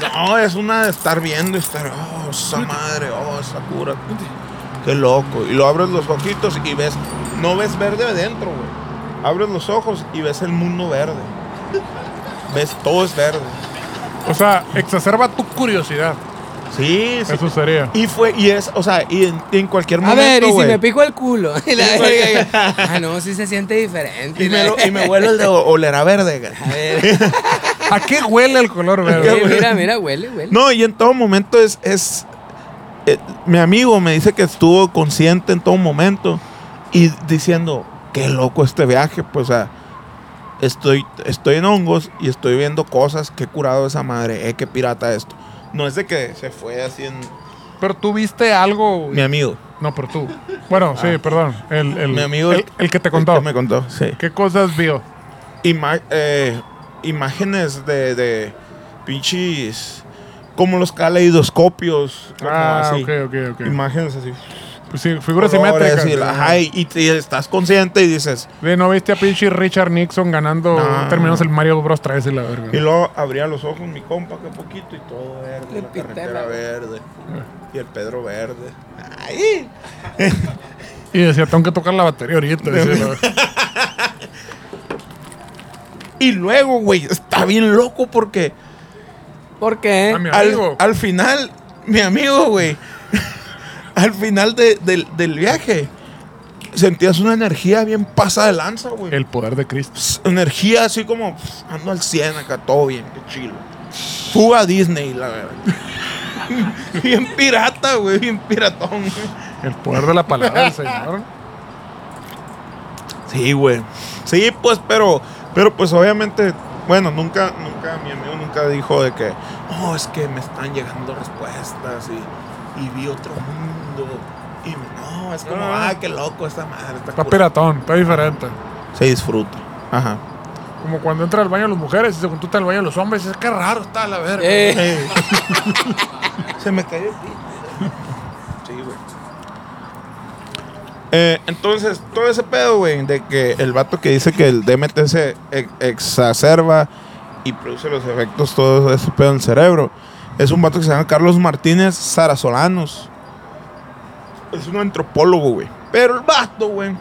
A: no, es una de estar viendo y estar, oh, esa madre, oh, esa cura. Qué loco. Y lo abres los ojitos y ves, no ves verde adentro, güey. Abres los ojos y ves el mundo verde. Ves, todo es verde.
C: O sea, exacerba tu curiosidad.
A: Sí, sí.
C: Eso sería.
A: Y fue, y es, o sea, y en, en cualquier
B: A
A: momento,
B: ver, y si
A: güey.
B: me pico el culo. Y la verga, ah, no, sí se siente diferente.
A: y me, lo-
B: la
A: y me huele el de o- olerá verde, güey.
B: A ver.
C: ¿A qué huele el color
B: Eh,
C: verde?
B: mira, mira, huele, huele.
A: No, y en todo momento es. es eh, mi amigo me dice que estuvo consciente en todo momento y diciendo, qué loco este viaje, pues, o sea, estoy, estoy en hongos y estoy viendo cosas, qué curado esa madre, eh, qué pirata esto. No es de que se fue así en.
C: Pero tú viste algo.
A: Mi amigo.
C: No, pero tú. Bueno, sí, perdón. El, el-
A: mi amigo.
C: el, el que te contó.
A: El que me contó, sí.
C: ¿Qué cosas vio?
A: Ima- eh, imágenes de, de pinches. Como los caleidoscopios. como
C: Ah,
A: así.
C: ok, ok, ok.
A: Imágenes así.
C: Pues sí, figuras
A: colores
C: simétricas.
A: Y, la- ajá, y- y te- estás consciente y dices.
C: Ve, ¿No viste a pinche Richard Nixon ganando?
A: No.
C: Terminamos el Mario Bros 3 y la verga.
A: Y luego abría los ojos mi compa, que poquito, y todo verde. La
B: pitaba.
A: carretera verde. Y el Pedro verde.
C: Y decía, tengo que tocar la batería ahorita. decía, la-
A: Y luego, güey, está bien loco porque
B: ¿Por qué?
C: A mi
A: al,
C: amigo.
A: al final, mi amigo, güey, al final de- del, del viaje, sentías una energía bien pasada de lanza, güey.
C: El poder de Cristo.
A: energía así como pff, ando al 100 acá, todo bien, qué chilo. Fuga a Disney, la verdad. bien pirata, güey, bien piratón. güey.
C: El poder de la palabra del Señor.
A: Sí, güey. Sí, pues, pero, pero pues obviamente, bueno, nunca, nunca, mi amigo nunca dijo de que, oh, es que me están llegando respuestas y, y vi otro mundo. Y no, es como, ah, qué loco esta madre. Está
C: Está
A: curada".
C: piratón, está diferente.
A: se disfruta. Ajá.
C: Como cuando entra al baño las mujeres y se junta al baño los hombres. Es que raro está la verga.
B: Eh,
A: Se me cayó el Sí, güey. Eh, entonces, todo ese pedo, güey, de que el vato que dice que el DMT se ex- e-, exacerba y produce los efectos, todo ese pedo en el cerebro, es un vato que se llama Carlos Martínez Sarazolanos. Es un antropólogo, güey. Pero el vato, güey,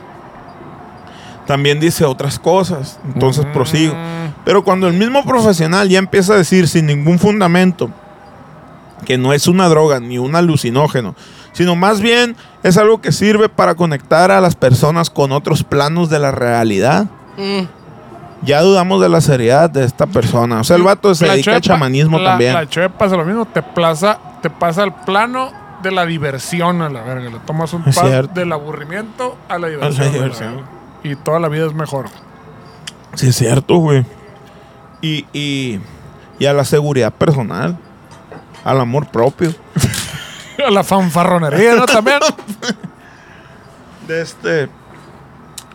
A: también dice otras cosas. Entonces prosigo.
C: Mm.
A: Pero cuando el mismo profesional ya empieza a decir sin ningún fundamento que no es una droga ni un alucinógeno, sino más bien es algo que sirve para conectar a las personas con otros planos de la realidad.
B: mm,
A: Ya dudamos de la seriedad de esta persona. O sea, el vato se
C: La
A: dedica a
C: chepa-
A: chamanismo
C: la-
A: también.
C: La chepa pasa lo mismo, te plaza, te pasa al plano de la diversión a la verga. Le tomas un
A: Es
C: paso
A: cierto.
C: del aburrimiento a la diversión. a la
A: diversión.
C: verga. Y toda la vida es mejor.
A: Sí, es cierto, güey. Y, y, y a la seguridad personal, al amor propio.
C: A la fanfarronería, ¿no? También.
A: de este.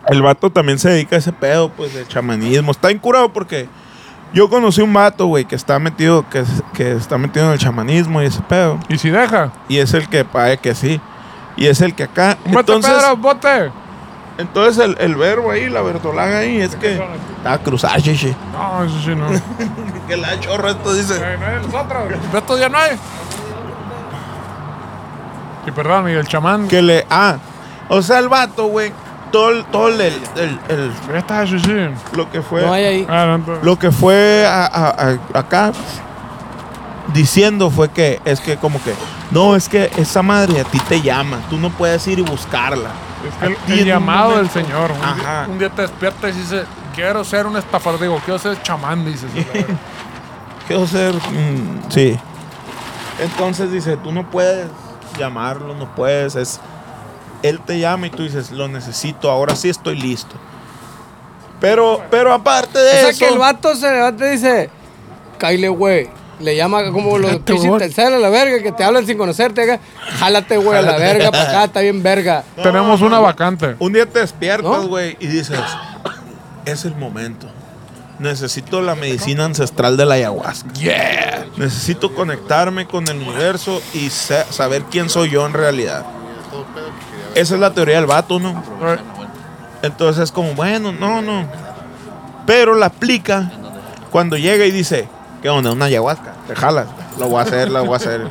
A: El vato también se dedica a ese pedo, pues, de chamanismo. Está incurado porque yo conocí un vato, güey, que está metido, que, es- que está metido en el chamanismo y ese pedo.
C: y si deja.
A: Y es el que pague que sí. Y es el que acá.
C: Bote,
A: Entonces,
C: Pedro, bote.
A: entonces el, el verbo ahí, la verdolaga ahí, es que. Ah, cruzar, chichi.
C: No, eso sí no.
A: Que la chorra esto dice.
C: Eh, no hay de nosotros. De estos ya no hay. Y perdón, y el chamán.
A: Que le. Ah. O sea, el vato, güey. Todo, el- todo el, el- el- el-
C: Ya está, sí, sí.
A: Lo que fue.
B: no hay ahí.
C: Ah, no, no.
A: Lo que fue a- a- a- acá diciendo fue que es que como que no es que esa madre a ti te llama, tú no puedes ir y buscarla.
C: Es que el,
A: Aquí
C: el
A: en un
C: llamado del
A: momento.
C: Señor. Un,
A: Ajá.
C: Día, un día te despiertas y dices, quiero ser un estafador. Digo, quiero ser chamán, dices. a la verga.
A: Quiero ser mm, sí. Entonces dice, tú no puedes llamarlo, no puedes, es él te llama y tú dices, lo necesito, ahora sí estoy listo. Pero pero aparte de
B: O sea
A: eso,
B: que el vato se levanta y dice, Kyle, güey. Le llama como los
C: Jálate,
B: pinches
C: güey.
B: terceros a la verga que te hablan sin conocerte. acá, Jálate, güey, a la verga para acá, está bien verga.
C: Tenemos una vacante.
A: Un día te despiertas,
B: ¿No?
A: güey, y dices, es el momento. Necesito la medicina ancestral de la ayahuasca. Yeah. Necesito conectarme con el universo y sa- saber quién soy yo en realidad. Esa es la teoría del vato, ¿no?
C: Eh,
A: Entonces es como, bueno, no, no. Pero la aplica cuando llega y dice, ¿qué onda? Una ayahuasca. Te jalas. Lo voy a hacer, lo voy a hacer.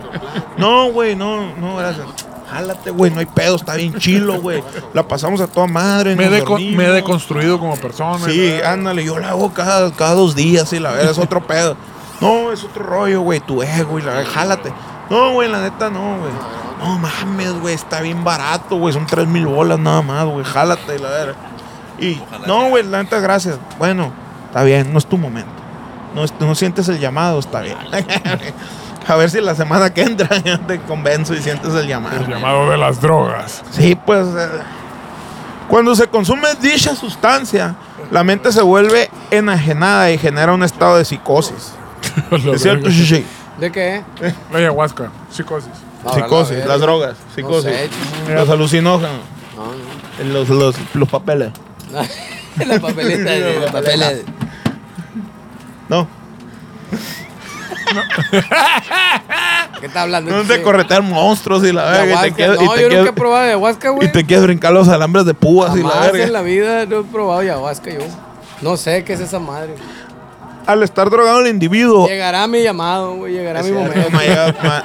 A: No, güey, no, no, gracias. Jálate, güey, no hay pedo, está bien chilo, güey. La pasamos a toda madre.
C: Me, he
A: nos
C: deco-
A: dormimos.
C: me he deconstruido como persona.
A: Sí, ándale, yo la hago cada, cada dos días y la verdad es otro pedo. No, es otro rollo, güey, tu ego y la verdad, jálate. No, güey, la neta no, güey. No mames, güey, está bien barato, güey, son tres mil bolas nada más, güey, jálate, la verdad. Y no, güey, la neta, gracias. Bueno, está bien, no es tu momento. No, es- no sientes el llamado, está bien. A ver si la semana que entra ya te convenzo y sientes el llamado.
C: El llamado de las drogas.
A: Sí, pues. eh, Cuando se consume dicha sustancia, la mente se vuelve enajenada y genera un estado de psicosis. ¿Es cierto? Sí, sí.
B: ¿De qué?
C: La ayahuasca, psicosis.
B: Ahora, la
A: Psicosis,
B: verga.
A: las drogas, psicosis.
B: No sé,
A: los alucinógenos. Los, los, los papeles.
B: la papeleta, de- la papeleta. de-
A: No,
B: ¿Qué está hablando?
A: no te
B: Sí.
A: corretear monstruos y la verga. Y te,
B: Ayahuasca.
A: quieres- y
B: No,
A: te
B: yo nunca he
A: quieres-
B: probado ayahuasca,
A: y
B: güey.
A: te quieres brincar los alambres de púas y la
B: Jamás
A: verga.
B: en la vida no he probado ayahuasca yo. No sé qué es esa madre.
A: Al estar drogado el individuo.
B: Llegará mi llamado, güey. Llegará mi
A: No,
B: momento.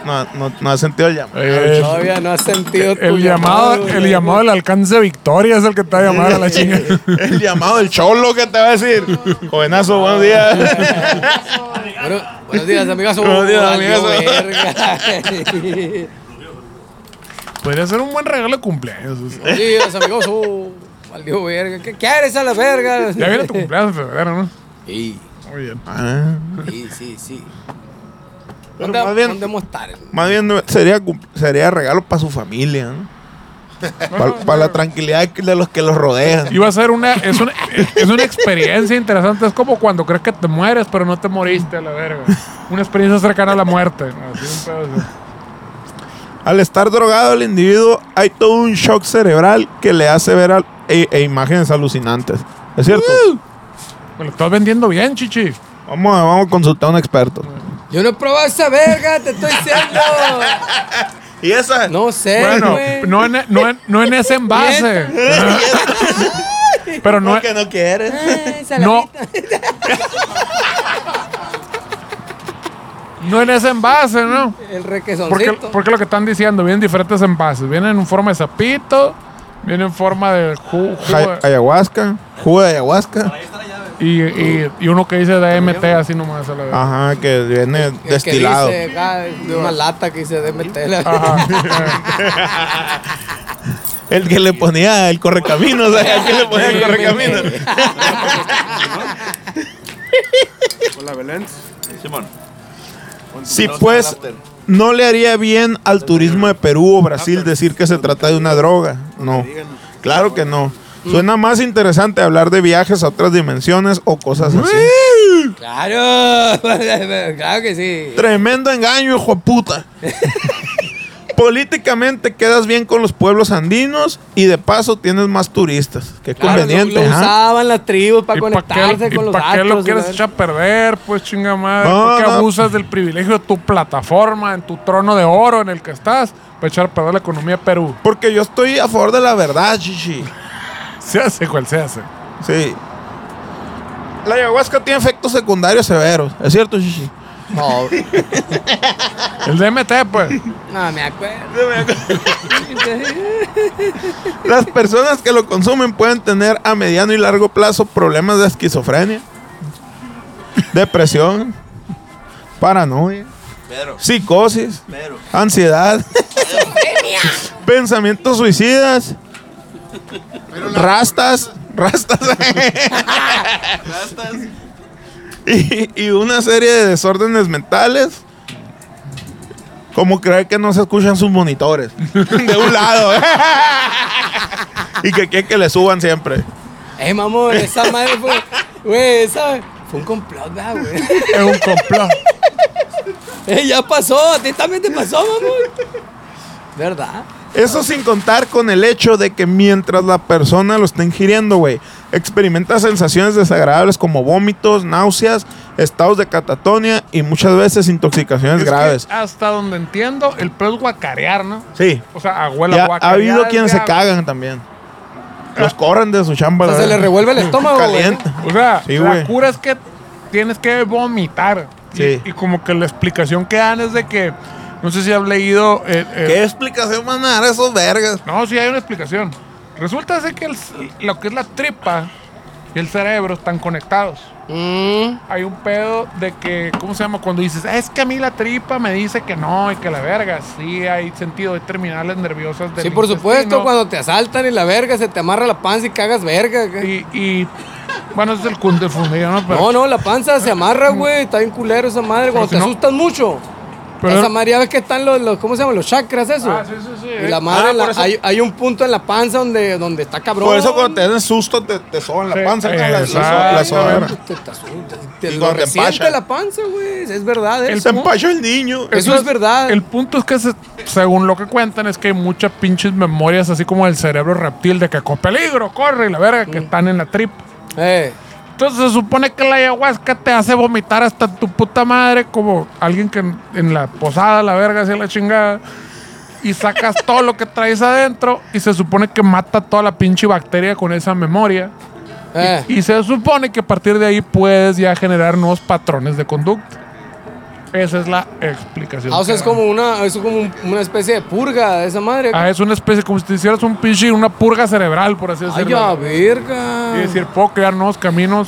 A: no, no, no has sentido el llamado.
C: Eh,
B: Todavía no has sentido tu
C: el llamado, el
B: güey.
C: llamado del alcance de victoria es el que te va a llamar a la chinga.
A: El llamado del cholo que te va a decir. Jovenazo, buenos días.
B: Bueno, buenos días, amigas.
A: Buenos días,
B: Valió
A: amigas.
B: verga.
C: Podría ser un buen regalo de cumpleaños. o sea.
B: Buenos días, amigos. Oh, valió verga. ¿Qué quieres a la verga?
C: Ya viene tu cumpleaños en febrero, ¿no?
B: Sí,
C: Muy bien.
A: Ah.
B: sí, sí. sí.
A: Pero
B: ¿Dónde,
A: más bien-
B: dónde vamos a estar?
A: Más bien no- sería, cum- sería regalo para su familia, Para la tranquilidad de los que los rodean.
C: Iba a ser una es, una. es una experiencia interesante. Es como cuando crees que te mueres, pero no te moriste a la verga. Una experiencia cercana a la muerte. Así un pedo así.
A: Al estar drogado el individuo hay todo un shock cerebral que le hace ver al- e, e imágenes alucinantes. ¿Es cierto?
C: Pues lo estás vendiendo bien, chichi.
A: Vamos a, vamos a consultar a un experto.
B: Yo no he probado esa verga, te estoy diciendo.
A: ¿Y esa?
B: No sé,
C: Bueno,
B: Eh, güey.
C: no en, no, en- no en ese envase. Pero no,
A: no quieres?
B: Ay,
C: no.
B: saladita.
C: no en ese envase, ¿no?
B: El
C: Porque,
B: requesoncito.
C: porque lo que están diciendo, vienen diferentes envases. Vienen en forma de sapito, vienen en forma de ju- jugo de-
A: ayahuasca. Jugo de ayahuasca.
C: y, y- y uno que dice DMT así nomás. a la vez.
A: Ajá, que viene
B: El que
A: destilado.
B: dice, ah, de una lata que dice DMT.
C: Ajá.
A: El que le ponía el correcaminos. o sea, El que le ponía el correcaminos.
E: Hola, Belén.
F: Simón.
A: Si pues no le haría bien al turismo de Perú o Brasil decir que se trata de una droga. No, claro que no. Suena más interesante hablar de viajes a otras dimensiones o cosas así.
B: Claro, pues, claro que sí.
A: Tremendo engaño, hijo de puta. Políticamente quedas bien con los pueblos andinos y de paso tienes más turistas. Qué
B: Claro, lo-
A: conveniente,
B: lo,
A: ¿ah?
B: usaban las tribus para
C: ¿Y para
B: conectarse
C: qué,
B: con
C: y
B: los
C: pa' qué
B: astros.
C: lo
B: y la
C: quieres
B: verga.
C: echar a perder? Pues chinga madre.
A: No,
C: ¿Por qué
A: no.
C: abusas del privilegio de tu plataforma, en tu trono de oro en el que estás, para echar a perder la economía de Perú?
A: Porque yo estoy a favor de la verdad, chichi.
C: Se hace cual se hace.
A: Sí. La ayahuasca tiene efectos secundarios severos. ¿Es cierto, chichi?
B: No,
C: El DMT, pues.
B: no me acuerdo.
A: Las personas que lo consumen pueden tener a mediano y largo plazo problemas de esquizofrenia, depresión, paranoia,
F: Pedro.
A: psicosis,
F: Pedro.
A: ansiedad, pensamientos suicidas, rastas, rastas
F: Rastas.
A: y, y una serie de desórdenes mentales. Como creer que no se escuchan sus monitores de un lado ¿eh? y que quieren que le suban siempre.
B: Eh, mamón, esa madre fue. Güey, esa. Fue un complot, ¿verdad, güey.
C: Es un complot.
B: Eh, ya pasó, a ti también te pasó, mamón. ¿Verdad?
A: Eso sin contar con el hecho de que mientras la persona lo está ingiriendo, güey, experimenta sensaciones desagradables como vómitos, náuseas, estados de catatonia y muchas veces intoxicaciones
C: Es que
A: graves.
C: hasta donde entiendo, el pedo es guacarear, ¿no?
A: Sí.
C: O sea, abuela
A: Ya ha
C: guacarear.
A: habido quienes se
C: ya.
A: cagan también. Los corren de su chamba.
B: O sea,
A: la
B: se le
A: verdad.
B: revuelve el estómago, güey.
A: Caliente.
C: O sea,
A: Sí,
C: la
A: güey.
C: cura es que tienes que vomitar. Y-
A: Sí.
C: Y, como que la explicación que dan es de que, no sé si has leído... eh, eh,
A: ¿Qué explicación van a dar esos vergas?
C: No, sí hay una explicación. Resulta ser que el c- lo que es la tripa y el cerebro están conectados.
B: Mm,
C: Hay un pedo de que, ¿cómo se llama? Cuando dices, es que a mí la tripa me dice que no y que la verga. Sí, hay sentido de terminales nerviosas del
B: sí, por supuesto,
C: intestino.
B: cuando te asaltan y la verga, se te amarra la panza y cagas verga. güey.
C: Y, y- bueno, ese es el cunde fundido, ¿no? Pero,
B: No, no, la panza se amarra, güey. Está bien culero esa madre. Cuando
C: si
B: te
C: no-
B: asustas mucho.
C: pero-
B: esa madre, ya ves que están los, los- ¿cómo se llaman? Los chakras, eso.
C: Ah, sí, sí, sí.
B: Y la madre,
A: Ah,
B: la-
A: por eso-
B: hay, hay un punto en la panza donde, donde está cabrón.
A: Por eso cuando te dan susto te, te soban
C: Sí,
A: la panza. ¿no? La- la- la- la sobra.
C: exactamente.
B: Te, te asustas, te
A: Y
B: lo
A: cuando te
B: resiente
A: empacha.
B: la panza, güey. Es verdad,
A: Se
B: eso.
A: empachó el niño.
B: Eso es verdad.
C: El punto es que, se- según lo que cuentan, es que hay muchas pinches memorias, así como el cerebro reptil, de que con peligro, corre y la verga, que están en la tripa.
B: Eh,
C: Entonces se supone que la ayahuasca te hace vomitar hasta tu puta madre, como alguien que en, en la posada, la verga, hacía la chingada. Y sacas todo lo que traes adentro y se supone que mata toda la pinche bacteria con esa memoria.
B: eh.
C: Y se supone que a partir de ahí puedes ya generar nuevos patrones de conducta. Esa es la explicación.
B: Ah, o sea,
C: que
B: es
C: dan.
B: como una, es como un- una especie de purga de esa madre.
C: Ah, es una especie como si te hicieras un pinche, una purga cerebral, por así
B: Ay,
C: decirlo.
B: ya, verga.
C: Y decir, puedo crear nuevos caminos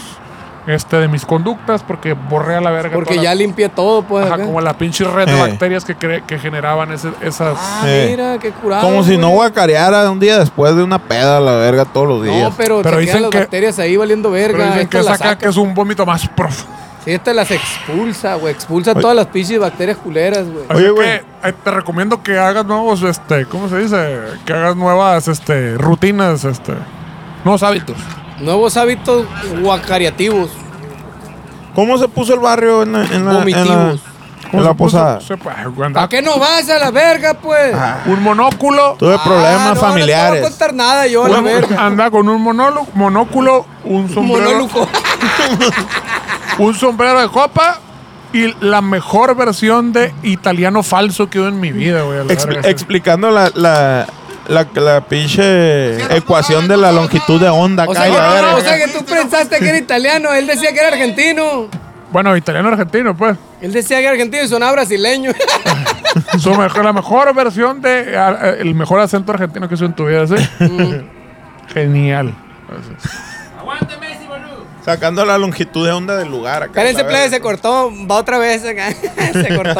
C: este, de mis conductas porque borré a la verga.
B: Porque
C: toda la-
B: ya limpié todo, pues.
C: Ajá,
B: acá.
C: como la pinche red de
A: Eh.
C: bacterias que, cre- que generaban ese- esas.
B: Ah,
A: Eh.
B: mira, qué curado.
A: Como si
B: güey.
A: no guacareara un día después de una peda a la verga todos los días.
B: No, pero,
C: Pero
B: te
C: dicen
B: quedan las
C: que-
B: bacterias ahí valiendo
C: pero
B: verga.
C: dicen
B: Esta
C: que
B: las
C: saca
B: saca.
C: que es un vómito más profundo.
B: Sí, esta las expulsa, güey. Expulsa todas las pinches bacterias culeras, güey.
C: Así
A: Oye,
C: que,
A: güey.
C: eh, te recomiendo que hagas nuevos, este, ¿cómo se dice? Que hagas nuevas este, rutinas, este, nuevos hábitos.
B: Nuevos hábitos guacariativos,
A: ¿Cómo se puso el barrio en la, en la- en la-
B: vomitivos.
C: ¿Cómo
A: En la
C: se puso?
A: posada.
C: Se- ay, güey, anda-
B: ¿Para qué no vas a la verga, pues?
C: Un monóculo.
A: Tuve
B: Ah, no,
A: problemas
B: No te voy a
A: familiares.
B: contar nada yo, la
C: un-
B: verga.
C: anda con un monólo- monóculo, un sombrero,
B: Monólogo.
C: un sombrero de copa y la mejor versión de italiano falso que hubo en mi vida, güey. a la
A: Expl-
C: verga, sí.
A: explicando la, la, la, la pinche ecuación de la longitud de onda
B: O
A: acá
B: sea,
A: y la
B: que-
A: verga.
B: o sea que tú pensaste que era italiano, él decía que era argentino.
C: Bueno, italiano argentino, pues.
B: Él decía que era argentino y sonaba brasileño.
C: Su mejor- la mejor versión de a- a- el mejor acento argentino que hizo en tu vida, ¿sí? Genial.
A: Sacando la longitud de onda del lugar acá.
B: Espérense,
A: la verga.
B: plebe, se cortó. Va otra vez acá. se cortó.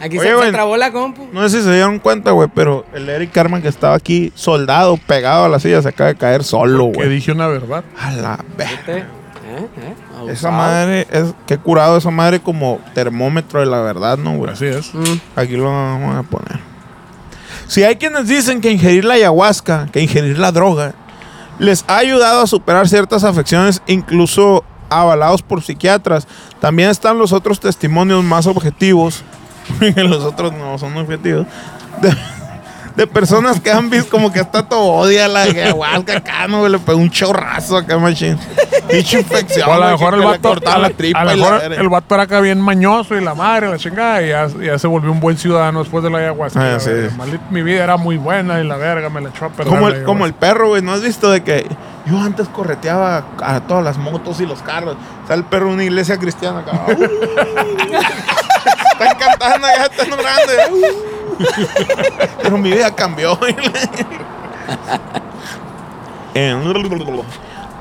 B: Aquí
A: Oye,
B: se,
A: güey.
B: se trabó la compu.
A: No sé si se dieron cuenta, güey, pero el Eric Carmen que estaba aquí, soldado, pegado a la silla, se acaba de caer solo,
C: Que
A: güey.
C: dije una verdad.
A: A la verga.
B: ¿Eh? ¿Eh? Abusado.
A: Esa madre, es, qué curado esa madre como termómetro de la verdad, ¿no, güey?
C: Así es.
A: Aquí lo vamos a poner. Si hay quienes dicen que ingerir la ayahuasca, que ingerir la droga, les ha ayudado a superar ciertas afecciones, incluso avalados por psiquiatras, también están los otros testimonios más objetivos, los otros no son objetivos, de, de personas que han visto como que está todo odia la ayahuasca acá, no, güey, le pegó un chorrazo acá, machín. Dicha infección.
C: O a lo
A: güey,
C: mejor
A: que
C: el
A: le
C: vato,
A: cortaban
C: a la-
A: la tripa
C: a lo
A: y la
C: mejor
A: verga.
C: el vato era acá bien mañoso y la madre, la chingada, y ya, ya se volvió un buen ciudadano después de la ayahuasca.
A: Ah,
C: la
A: sí.
C: verga. Maldita- mi vida era muy buena y la verga me la echó a perder.
A: Como
C: la
A: el, como el
C: ayahuasca.
A: perro, güey. ¿No has visto de que yo antes correteaba a todas las motos y los carros? Está el perro en una iglesia cristiana acá. ¡Uh! están cantando allá, están orando. ¡uh! Pero mi vida cambió. Eh,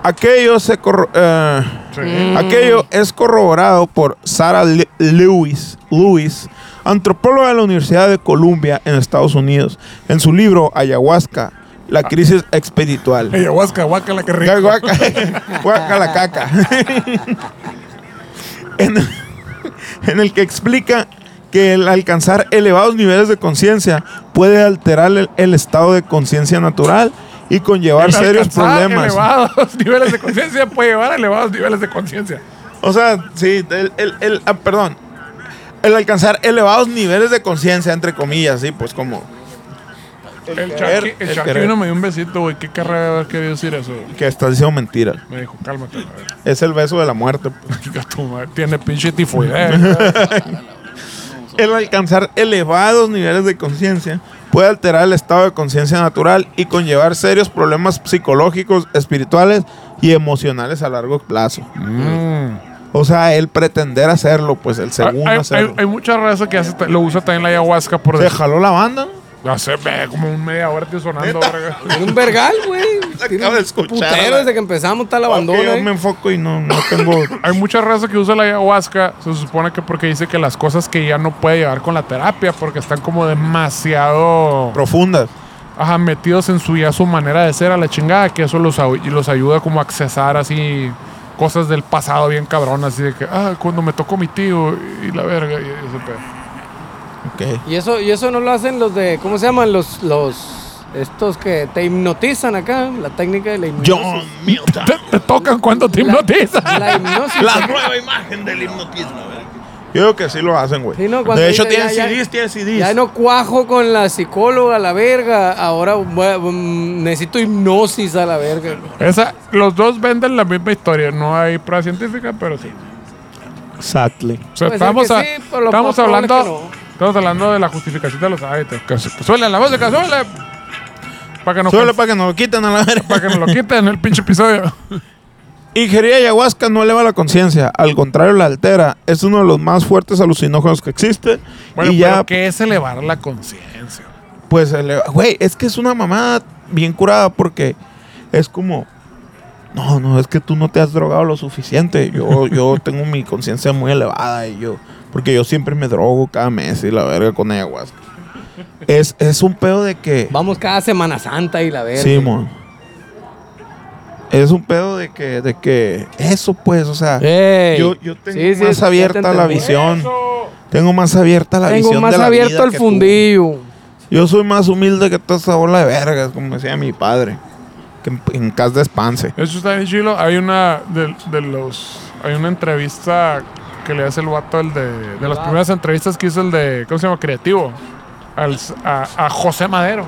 A: Aquello se corro- eh,
C: Mm.
A: Aquello es corroborado por Sarah Le- Lewis, Lewis, antropóloga de la Universidad de Columbia en Estados Unidos, en su libro Ayahuasca, la
C: Ah.
A: crisis espiritual.
C: Ayahuasca, guaca la que rico.
A: Guaca- guaca la caca. en, en el que explica que el alcanzar elevados niveles de conciencia puede alterar el, el estado de conciencia natural y conllevar
C: El
A: serios
C: alcanzar
A: problemas.
C: Elevados niveles de conciencia puede llevar a elevados niveles de conciencia.
A: O sea, sí, el, el- el- ah, perdón. El alcanzar elevados niveles de conciencia, entre comillas, sí, pues como.
C: El
A: querer,
C: Chucky- el
A: el
C: Chucky
A: querer.
C: vino me dio un besito, güey. ¿Qué carrera haber querido decir eso? güey?
A: Que estás diciendo mentira.
C: Me dijo, cálmate, la verga.
A: Es el beso de la muerte.
C: Chica, tu madre, Tiene pinche tifoidea.
A: El alcanzar elevados niveles de conciencia puede alterar el estado de conciencia natural y conllevar serios problemas psicológicos, espirituales y emocionales a largo plazo. O sea, el pretender hacerlo, pues el
C: hay,
A: segundo
C: hay-
A: hacerlo.
C: hay mucha raza que hace, lo usa también la ayahuasca por
A: Se jaló la banda, ¿no?
C: Hace ve, como un media hora te sonando, verga.
B: Tiene un vergal, güey. Tiene
A: acabo de
B: un
A: escuchar,
B: Putero
A: la-
B: desde que empezamos está la
A: Ok,
B: bandona.
A: yo
B: eh.
A: me enfoco y no, no tengo.
C: Hay mucha raza que usa la ayahuasca, se supone que porque dice que las cosas que ya no puede llevar con la terapia, porque están como demasiado
A: profundas.
C: ajá, metidos en su ya su manera de ser a la chingada, que eso los, au- y los ayuda como a accesar así cosas del pasado bien cabrón, así de que, ah, cuando me tocó mi tío y la verga y ese pedo.
A: Ok.
B: Y eso, y eso no lo hacen los de, ¿cómo se llaman? Los, los, estos que te hipnotizan acá, la técnica de la hipnosis.
A: John Milton.
C: Te, te tocan cuando te hipnotizan.
B: La hipnosis.
A: La nueva imagen del hipnotismo. ¿verdad? Yo digo que sí lo hacen, güey.
B: Sí, ¿no? Cuando
A: de hecho,
B: dice,
A: tienen
B: ya, ya-
A: CDs, tienen CDs.
B: Ya no cuajo con la psicóloga, la verga. Ahora voy- mm, necesito hipnosis a la verga.
C: Esa, los dos venden la misma historia, no hay prueba científica, pero sí.
A: Exactly.
C: O sea,
B: Puede
C: estamos,
B: ser
C: a-
B: Pues que sí, pero lo
C: estamos
B: más probable
C: hablando,
B: es que
C: estamos hablando de la justificación de los hábitos. Que, su- que suele la voz de que suele. Para que nos
A: Solo para que nos lo quiten a la verga.
C: para que nos lo quiten el pinche episodio.
A: Ingerir ayahuasca no eleva la conciencia, al contrario la altera. Es uno de los más fuertes alucinógenos que existe.
C: Bueno,
A: y
C: pero
A: ya,
C: ¿qué es elevar la conciencia?
A: pues, eleva- güey, es que es una mamada bien curada porque es como, no, no, es que tú no te has drogado lo suficiente. Yo, yo tengo mi conciencia muy elevada y yo, porque yo siempre me drogo cada mes y la verga con ayahuasca. Es, es un pedo de que...
B: Vamos cada Semana Santa y la verga.
A: Sí, mon. Es un pedo de que, de que eso pues, o sea,
B: Ey.
A: yo, yo tengo
B: Sí, sí,
A: más
B: ya te
A: abierta la
B: entendí.
A: visión. Tengo más abierta la visión.
B: Tengo
A: de
B: más
A: la vida
B: abierto el
A: que tú.
B: fundillo.
A: Yo soy más humilde que toda esa bola de vergas, como decía mi padre. Que en, en casa despanse.
C: Eso está en Chilo. Hay una de, de los. Hay una entrevista que le hace el vato el de, de las primeras entrevistas que hizo el de, ¿cómo se llama? Creativo. Al, a, a José Madero,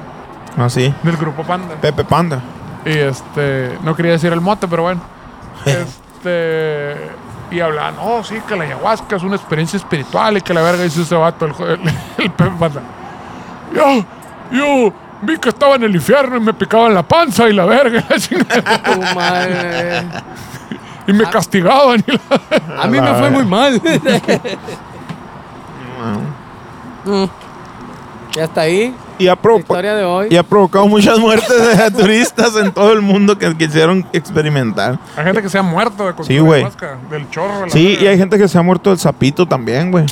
A: Ah, sí.
C: del grupo Panda.
A: Pepe Panda.
C: Y este, no quería decir el mote, pero bueno. Este, y hablaban, oh, sí, que la ayahuasca es una experiencia espiritual y que la verga hizo ese vato, el, jo- el, el Pepe Panda. Yo, yo vi que estaba en el infierno y me picaba en la panza y la verga, y la chingada,
B: Tu madre.
C: y
B: Ah.
C: me castigaban. Y la-
B: A mí me fue muy mal. Mm. Y hasta ahí,
A: Y ha,
B: la
A: provo-
B: historia de hoy.
A: y ha provocado muchas muertes de turistas en todo el mundo que quisieron experimentar.
C: Hay gente que se ha muerto de consumir
A: güey.
C: ayahuasca, del chorro. de la
A: Sí,
C: verga.
A: y hay gente que se ha muerto del sapito también, güey.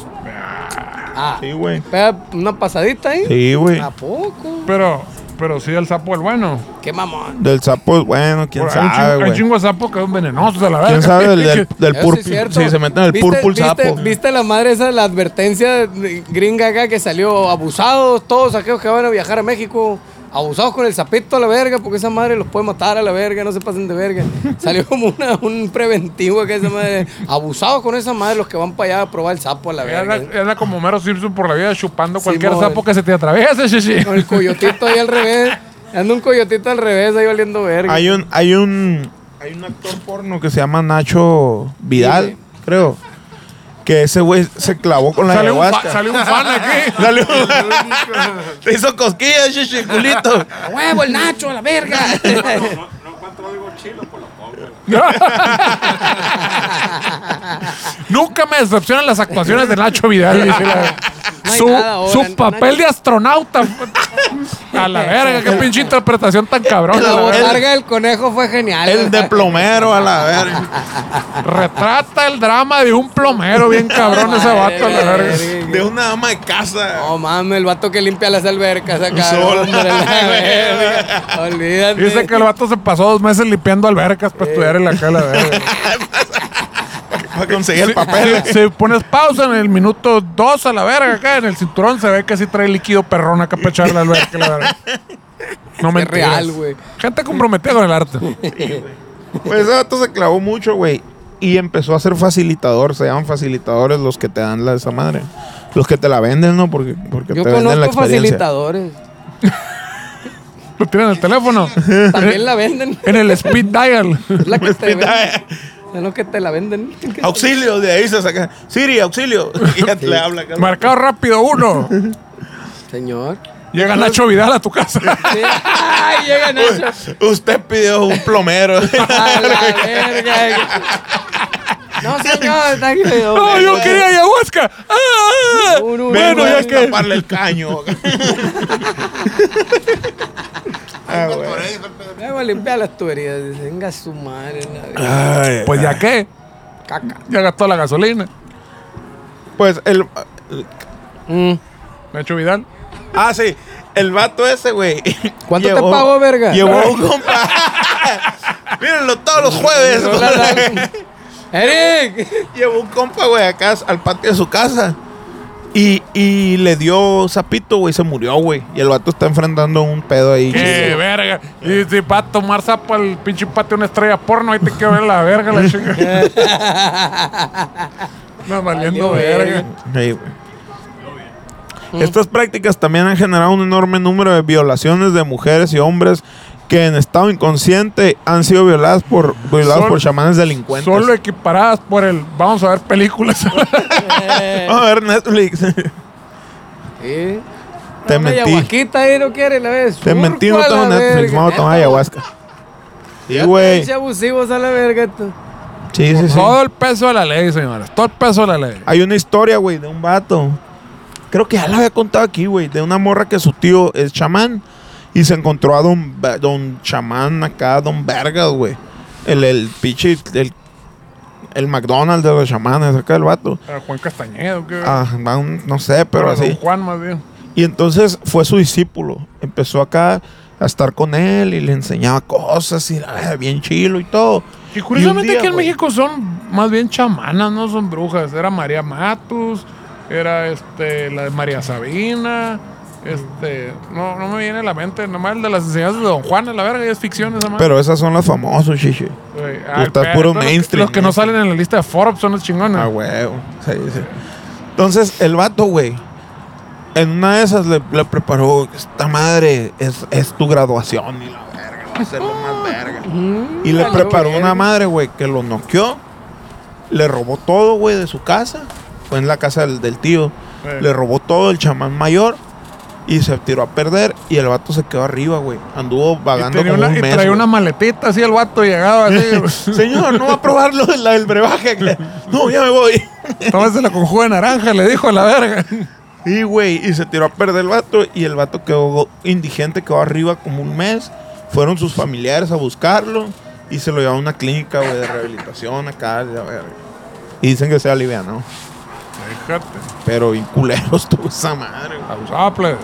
B: Ah,
A: Sí, güey.
B: pega una pasadita ahí.
A: Sí, güey.
B: ¿A poco?
C: Pero, pero sí, el sapo el bueno.
B: Qué mamón.
A: Del sapo, bueno, quién
C: Hay un chingo- hay
A: sabe,
C: un
A: güey.
C: chingo de sapos que son venenosos de la verga.
A: ¿Quién sabe del, del, del
B: Eso sí es
A: purple?
B: cierto.
A: Sí, se meten en el
B: ¿Viste-
A: purple
B: viste-
A: sapo.
B: ¿Viste la madre esa, la advertencia de- gringa acá que salió? Abusados, todos aquellos que van a viajar a México, abusados con el sapito a la verga, porque esa madre los puede matar a la verga, no se pasen de verga. Salió como una- un preventivo acá esa madre. Abusados con esa madre los que van para allá a probar el sapo a la
C: Anda,
B: verga.
C: anda como Mero Simpson por la vida chupando cualquier
B: Simón.
C: sapo que se te atraviese, sí, sí.
B: Con el coyotito ahí al revés. Anda un coyotito al revés ahí valiendo verga.
A: Hay un, hay un, hay un actor porno que se llama Nacho Vidal,
B: Sí,
A: creo. Que ese güey se clavó con la
C: Sale un, fa-
A: ayahuasca.
C: sale un fan aquí.
A: Sale un- Te hizo cosquillas, chichi, culito.
B: ¡A huevo, el Nacho, a la verga!
E: No, no encuentro algo chilo, por lo pongo.
C: Nunca me decepcionan las actuaciones de Nacho Vidal. dice la-
B: No hay
C: su
B: nada ahora,
C: su
B: Nacho.
C: papel de astronauta. A la verga, qué pinche interpretación tan cabrón.
B: La
C: la verga.
B: botarga del conejo fue genial.
A: El de plomero, a la verga.
C: Retrata el drama de un plomero bien cabrón ese vato. a la verga.
A: De una ama de casa.
B: No mames, el vato que limpia las albercas acá.
A: Sola.
B: hombre, la verga. Olvídate.
C: Dice que el vato se pasó dos meses limpiando albercas para estudiar en la cara. la verga.
A: Para conseguir el papel.
C: Si, si pones pausa en el minuto 2 a la verga acá en el cinturón, se ve que sí trae líquido perrón acá para echarle al verga. La verga. No me
B: real, güey.
C: Gente comprometida con el arte.
A: Pues ese vato se clavó mucho, güey. Y empezó a ser facilitador. Se llaman facilitadores los que te dan la, esa madre. Los que te la venden, ¿no? Porque, porque
B: Yo
A: te venden la
B: conozco
A: experiencia.
B: facilitadores.
C: Lo tienen en el teléfono.
B: También la venden.
C: En el speed dial.
B: Es la que te venden. Es lo que te la venden.
A: Auxilio, de ahí se saca. Siri, auxilio. Y ya te le habla. acá.
C: Marcado rápido uno.
B: Señor.
C: Llega Nacho Vidal a tu casa.
B: Sí. Ay, llega Nacho.
A: Usted pidió un plomero.
C: Ah,
B: A la verga. No, señor. está aquí.
C: No, ¡Oh, yo quería ayahuasca. Ah, ah.
B: Uno,
C: Bueno,
B: uno,
C: ya
B: uno.
C: que.
A: taparle el caño. ah, güey.
B: Luego limpiar las tuberías. Dice, Venga su madre. la verga.
A: Ay,
C: Pues ya que.
B: Caca.
C: Ya gastó la gasolina.
A: Pues el.
B: Mm.
C: Nacho Vidal.
A: Ah, sí. El vato ese, güey.
B: ¿Cuánto te
A: Llevó-
B: pagó, verga?
A: Llevó a un compa. Mírenlo todos los jueves.
B: No la dan. Eric.
A: Llevó un compa, güey, acá al patio de su casa. Y, y le dio sapito, güey, se murió, güey. Y el vato está enfrentando un pedo ahí.
C: ¡Qué
A: chido.
C: verga! Y si va a tomar sapo al pinche patio una estrella porno, ahí te quiero ver la verga, la chica. No, valiendo
B: Valió
C: verga.
A: Sí, Mm. güey. Estas prácticas también han generado un enorme número de violaciones de mujeres y hombres que en estado inconsciente han sido violadas por violados
C: Sol-
A: por chamanes delincuentes.
C: Solo equiparadas por el. Vamos a ver películas.
A: Vamos a ver Netflix.
B: Sí.
A: Te
B: Una
A: mentí.
B: ayahuasquita ahí no quiere la vez.
A: Te mentí, no tengo Netflix. Vamos a tomar ayahuasca. Sí, güey.
B: Pinche abusivos a la verga. tú.
A: Sí, sí, sí.
C: Todo el peso de la ley, señores. Todo el peso de la ley.
A: Hay una historia, güey, de un vato. Creo que ya la había contado aquí, güey. De una morra que su tío es chamán. Y se encontró a don, Ba- don chamán acá, don Vergas, güey. El, el pinche, el, el McDonald's de los chamanes, acá el vato.
C: A Juan Castañedo, ¿qué?
A: Ah, va un- no sé, pero
C: A Don
A: así.
C: Juan, más bien.
A: Y entonces fue su discípulo. Empezó acá a estar con él y le enseñaba cosas y la verdad, bien chilo y todo.
C: Y curiosamente
A: Y un día,
C: aquí en
A: güey.
C: México son más bien chamanas, no son brujas. Era María Matus, era este la de María Sabina, Este, no, no me viene a la mente, nomás el de las enseñanzas de Don Juan, a la verga, y es ficción esa madre.
A: Pero esas son las famosas, chiche.
C: Güey,
A: tú estás
C: pero
A: puro
C: los que-
A: mainstream,
C: Los que no
A: mainstream.
C: salen en la lista de Forbes son los chingones.
A: Ah, huevo. Sí, sí. Entonces, el vato, güey, en una de esas le, le preparó, esta madre es, es tu graduación y la verga, va a ser lo más verga. Y le
B: Valió
A: preparó
B: verga.
A: una madre, güey, que lo noqueó, le robó todo, güey, de su casa. Fue en la casa del, del tío.
C: Eh.
A: Le robó todo el chamán mayor y se tiró a perder y el vato se quedó arriba, güey. Anduvo
C: y,
A: vagando
C: tenía
A: como
C: una-
A: un
C: y
A: mes.
C: traía
A: güey.
C: una maletita así el vato y llegaba así.
A: Señor, no va a probar lo de la del brebaje. que- No, ya me voy.
C: Tómese la con jugo de naranja, le dijo a la verga.
A: Y, güey, y se tiró a perder el vato. Y el vato quedó indigente, quedó arriba como un mes. Fueron sus familiares a buscarlo. Y se lo llevaron a una clínica, güey, de rehabilitación acá. la verga. Y dicen que sea liviano.
C: Fíjate,
A: Pero bien culeros tuvo esa madre, güey.
C: abusado, plebes.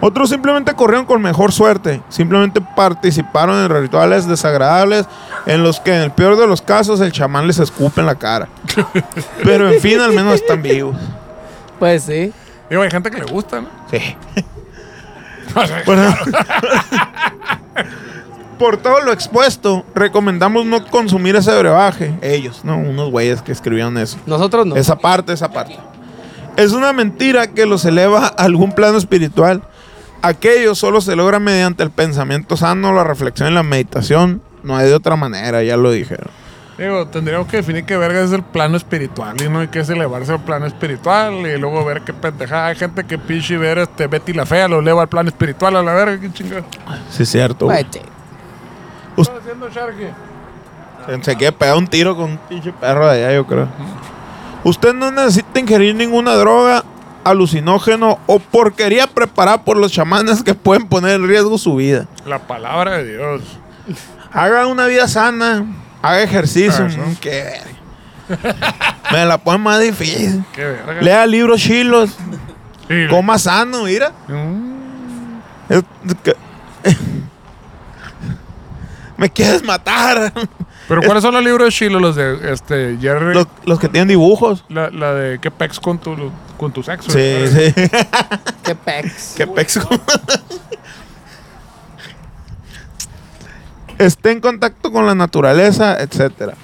A: Otros simplemente corrieron con mejor suerte. Simplemente participaron en rituales desagradables en los que, en el peor de los casos, el chamán les escupe en la cara. Pero, en fin, al menos están vivos.
B: Pues sí.
C: Digo, hay gente que le gusta, ¿no?
A: Sí. Bueno. por todo lo expuesto, recomendamos no consumir ese brebaje. Ellos, no, unos güeyes que escribieron eso.
B: Nosotros no.
A: Esa parte, esa parte. Es una mentira que los eleva a algún plano espiritual. Aquello solo se logra mediante el pensamiento sano, la reflexión y la meditación. No hay de otra manera, ya lo dijeron.
C: Digo, tendríamos que definir qué verga es el plano espiritual y no hay que es elevarse al plano espiritual y luego ver qué pendejada. Hay gente que pinche ver este Betty la Fea lo eleva al plano espiritual a la verga, qué chingada.
A: Sí, es cierto. güey.
B: Vete.
C: ¿Qué está haciendo Sharky?
A: Se quiere pegar un tiro con un pinche perro de allá, yo creo. Usted no necesita ingerir ninguna droga, alucinógeno o porquería preparada por los chamanes que pueden poner en riesgo su vida.
C: La palabra de Dios.
A: Haga una vida sana, haga ejercicio.
C: Ah, Eso.
A: mm, qué verga. Me la ponen más difícil.
C: Qué verga.
A: Lea libros chilos,
C: Sí.
A: coma sano, mira.
C: Mm,
A: Es- que- Me quieres matar.
C: Pero ¿cuáles son los libros de Chilo? Los de este Jerry.
A: Los, los que tienen dibujos.
C: La, la de qué pex con tu, con tu sexo.
A: Sí, sí.
B: Qué pex.
A: Qué pexo. Esté en contacto con la naturaleza, etcétera.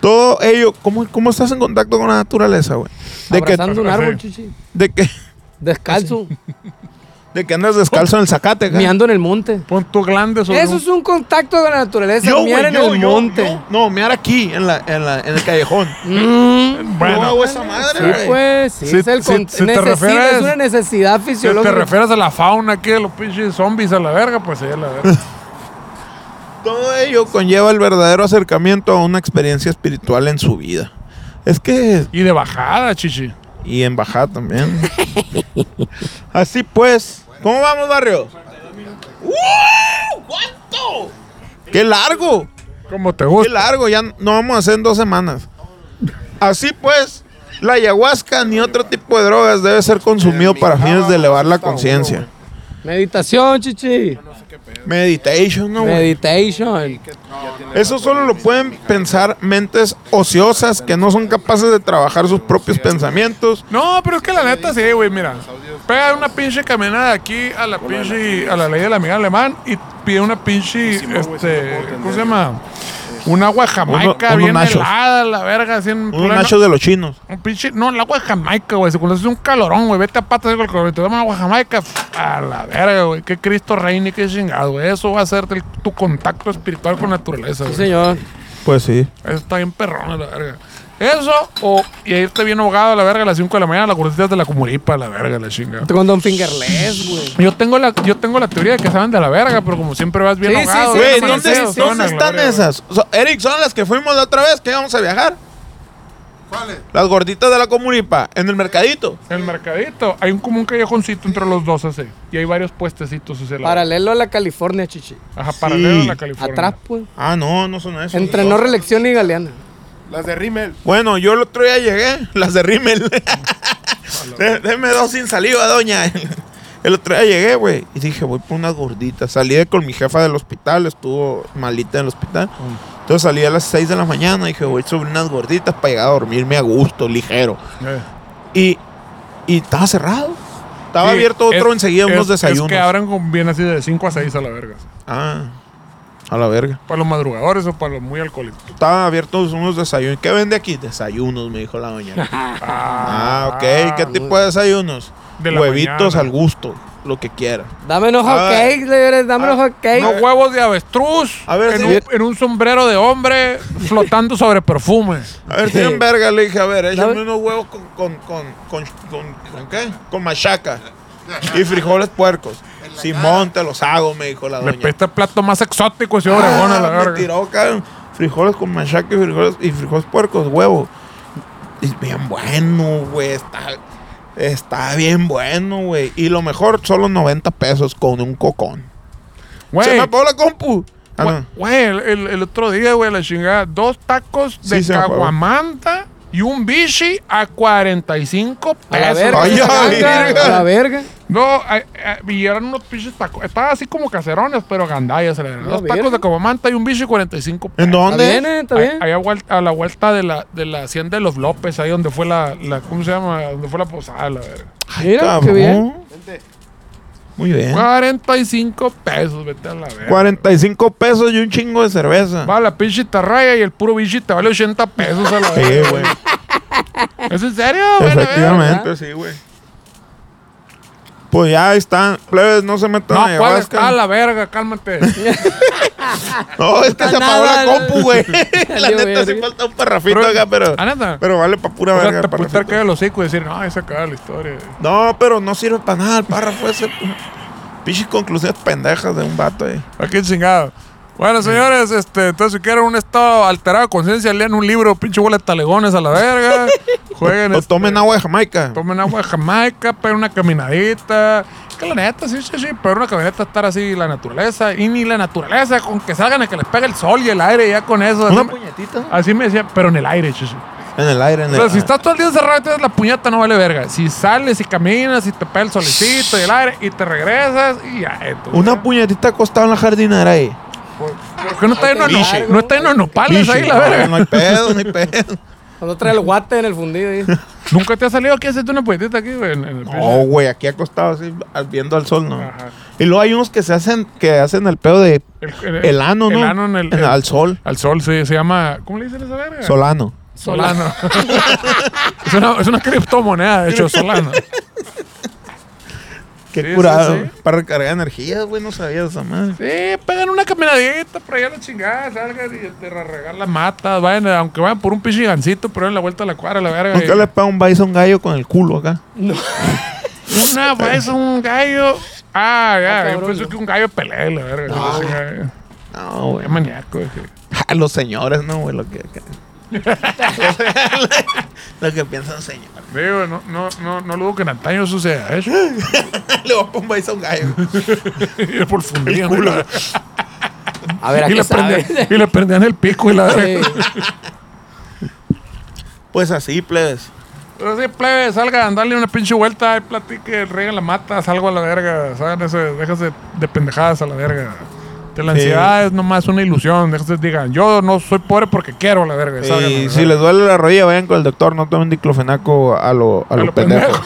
A: Todo ello, ¿cómo, cómo estás en contacto con la naturaleza, güey? De que,
B: Abrazando un
C: Así.
B: árbol, chichi.
A: de que,
B: Descalzo.
A: de que andas descalzo en el zacate, güey.
B: Miando en el monte.
C: Pon tu glande sobre
B: Eso
C: un-
B: es un contacto con la naturaleza.
A: Yo,
B: Miar
A: güey,
B: en
A: yo,
B: el
A: yo,
B: monte.
A: yo. No, mear aquí, en, la, en, la, en el callejón.
B: Mm,
A: no
C: Bueno,
A: hago esa madre,
B: sí,
A: güey.
B: pues. Sí,
C: Si-
B: es, el
C: si-
B: con-
C: si te
B: necesi-
C: refieres-
B: es una necesidad
C: si te
B: fisiológica.
C: refieres a la fauna aquí, a los pinches zombies a la verga, pues sí, a la verga.
A: Todo ello conlleva el verdadero acercamiento a una experiencia espiritual en su vida. Es que
C: y de bajada, chichi.
A: Y en bajada también. Así pues. ¿Cómo vamos, barrio? ¡Uh! ¿Cuánto? ¡Qué largo!
C: Como te
A: ¡Qué
C: gusta.
A: largo! Ya no vamos a hacer en dos semanas. Así pues, la ayahuasca ni otro tipo de drogas debe ser consumido para fines de elevar la conciencia.
B: Meditación, chichi.
A: Meditation, ¿no, güey?
B: Meditation.
A: Eso solo lo pueden pensar mentes ociosas que no son capaces de trabajar sus propios pensamientos
C: No, pero es que la neta sí, güey, mira. Pega una pinche caminada de aquí a la pinche, a la ley de la amiga alemán y pide una pinche, este, ¿cómo se llama? Un agua jamaica
A: unos
C: bien
A: nachos.
C: helada, la verga, así en
A: unos
C: pleno-
A: nachos de los chinos.
C: Un pinche, no, el agua de Jamaica, güey. Se conoce un calorón, güey. Vete a patas con el calorón. Te damos agua de Jamaica. pf, A la verga, güey. Que Cristo reine, qué chingado, güey. Eso va a ser del- tu contacto espiritual con la naturaleza,
B: Sí,
C: güey.
B: señor.
A: Pues sí.
C: Eso está bien perrón, a la verga. Eso, o y irte bien ahogado a la verga a las 5 de la mañana, a las cursitas de la cumuripa, a la verga, la chingada.
B: Este Con Don Fingerless, güey.
C: Yo tengo la, yo tengo la teoría de que saben de la verga, pero como siempre vas bien
B: Sí, sí,
C: ahogado.
B: sí,
C: bien
A: Güey,
B: no
A: ¿dónde,
B: sé,
C: amanecido,
B: sí,
C: te van
A: dónde
C: a la
A: están
C: verga,
A: esas? So- Eric, son las que fuimos la otra vez que íbamos a viajar.
D: ¿Cuál es?
A: Las gorditas de la comunipa, en el mercadito.
C: güey. En el mercadito hay un, como un callejoncito entre los dos así. Y hay varios puestecitos así. la
B: Paralelo a la California, chichi.
C: Ajá, paralelo
A: Sí.
C: a la California.
B: Atrás, pues.
A: Ah, no, no son eso.
B: Entre no reelección y galeana.
D: Las de Rimmel.
A: Bueno, yo el otro día llegué, las de Rimmel. Dé- Deme dos sin saliva, doña. El otro día llegué, güey, y dije, voy por unas gorditas. Salí de con mi jefa del hospital, estuvo malita en el hospital. Entonces salí a las 6 de la mañana, dije, voy sobre unas gorditas para llegar a dormirme a gusto, ligero.
C: Eh.
A: Y, y estaba cerrado. Estaba
C: Sí,
A: abierto otro
C: es-
A: enseguida, unos
C: es-
A: desayunos.
C: Es que abran con bien así de 5 a 6 a la verga.
A: Ah, a la verga.
C: Para los madrugadores o para los muy alcohólicos.
A: Estaban abiertos unos desayunos. ¿Qué vende aquí? Desayunos, me dijo la doña. ah, ok. ¿Qué tipo de desayunos?
C: De la
A: Huevitos
C: mañana.
A: al gusto, lo que quiera.
B: Dame unos hot
A: A ver. Ah,
B: cakes, le diré, dame unos hot cakes.
C: Unos huevos de avestruz
A: A ver,
C: en,
A: sí.
C: un, en un sombrero de hombre flotando sobre perfume.
A: A ver, tienen verga, le dije, a ver, échame
B: ¿Sabe?
A: unos huevos con, con, con, con, con, con qué? Con machaca. Y frijoles puercos. Simón, te los hago, me dijo la
C: Le
A: doña.
C: peste el plato más exótico ese obregón a la
A: Ah, me
C: verga.
A: tiró, cabrón. Frijoles con machaca y frijoles, y frijoles puercos, huevo. Y bien bueno, güey. Está, está bien bueno, güey. Y lo mejor, solo 90 pesos con un cocón.
C: Güey,
A: Se me apagó la compu. Ah,
C: güey,
A: no.
C: güey, el, el- el otro día, güey, la chingada, dos tacos de
A: Sí, se me apagó.
C: caguamanta y un bichi a 45 pesos. Ah,
B: A la verga.
A: Ay,
B: esa
A: ay,
B: ganga,
A: verga.
B: a la verga.
C: No, a- a- y eran unos bichis tacos. Estaban así como caserones, pero gandallas. la verdad.
B: La
C: Dos
B: verga.
C: tacos de caguamanta y un bichi 45 pesos.
A: ¿En
B: ¿Está
A: dónde?
B: bien, eh? ¿Está bien?
C: Ahí a, vuel- a la vuelta de la, de la hacienda de los López, ahí donde fue la, la- ¿cómo se llama? Donde fue la posada, la verga.
B: Mira, qué
A: Cabrón.
B: bien.
A: Muy bien.
C: 45 pesos, vete a la verga.
A: 45 pesos y un chingo de cerveza.
C: Va la pinche raya y el puro bichi te vale 80 pesos a la
A: Sí,
C: verga.
A: güey.
C: ¿Es en serio? güey? La verga.
A: Efectivamente, sí, güey. Pues ya están. Plebes, no se metan
C: No,
A: a
C: ¿cuál Ah,
A: ayahuasca.
C: está la verga? Cálmate.
A: No, es que se apagó la
B: nada, no.
A: compu, güey. la
B: Valió
A: neta, sí
B: verga.
A: falta un parrafito acá, pero.
C: ¿Ah, neta?
A: Pero vale para pura
C: o sea,
A: verga.
C: te
A: el
C: puede estar
A: parrafito.
C: que los hocico y decir, no, esa acaba la historia.
A: No, pero no sirve para nada el párrafo ese. Pichis conclusiones pendejas de un vato ahí.
C: Aquí chingado. Bueno, señores, este, entonces si quieren un estado alterado de conciencia, lean un libro, pinche bola de talegones a la verga. Jueguen.
A: O
C: este,
A: tomen agua de Jamaica.
C: Tomen agua de Jamaica, peguen una caminadita. Que la neta, sí, sí, sí, pegar una caminadita, estar así la naturaleza. Y ni la naturaleza, con que salgan a que les pegue el sol y el aire, ya con eso.
A: Una
C: Así-
A: puñetita.
C: Así me decía, pero en el aire, chichi.
A: En el aire, en
C: O
A: el
C: sea, si
A: aire.
C: estás todo el día encerrado y tienes la puñeta, no vale verga. Si sales y caminas y te pega el solecito y el aire y te regresas y ya, eh, esto.
A: Una puñetita acostada en la jardinera ahí.
C: ¿Por qué no está lleno de
B: Biche.
C: Ah, no- no está lleno de nopales ahí,
A: Pichis,
C: la
A: no,
C: verga?
A: No hay pedo, no hay pedo.
B: Cuando trae el guate en el fundido ahí.
C: Nunca te ha salido aquí hacerte una puñetita aquí, güey, en, en el
A: No, güey, aquí acostado así, al- viendo al sol, no.
C: Ajá.
A: Y luego hay unos que se hacen, que hacen el pedo de
C: El- el-
A: el ano, ¿no?
C: el ano en el-
A: En- al sol.
C: Al sol, sí, se llama. ¿Cómo le dicen esa verga?
A: Solano.
C: Solano. es, una, es una criptomoneda, de hecho, Solano.
A: Qué
C: Sí, sí,
A: curado.
C: sí.
A: Para recargar energía, güey, no sabía esa madre.
C: Sí, pegan una caminadita por allá a la chingada, salgan y te regar las matas, vayan, aunque vayan por un pichigancito, pero en la vuelta a la cuadra, la verga.
A: ¿Por qué
C: y-
A: le pega un bison gallo con el culo acá?
C: Una vez un gallo. Ah, ya, yo
B: cabrón,
C: pensé
B: no.
C: que un gallo pelea, la verga. No. Qué
A: No, güey.
C: maníaco. dije.
A: Ah, A los señores, no, güey, lo que. que- lo que piensan señor.
C: Digo, no, no, no, no dudo que en antaño suceda eso.
A: le va a poner un bison gallo.
C: y le fundían.
B: A ver,
C: Y
B: aquí
C: le,
B: sabe.
C: prendían, y le prendían el pico y la verga.
A: Pues así, plebes.
C: Pero sí, plebe, salgan, dale una pinche vuelta, platique, riegan la mata, salgo a la verga, salgan ese, déjense de pendejadas a la verga. De la
A: Sí.
C: ansiedad es nomás una ilusión, déjense digan, yo no soy pobre porque quiero a la verga. salgan a la
A: Y
C: verga.
A: si les duele la rodilla, vayan con el doctor, no tomen diclofenaco a lo, a
C: A
A: lo,
C: lo
A: pendejo.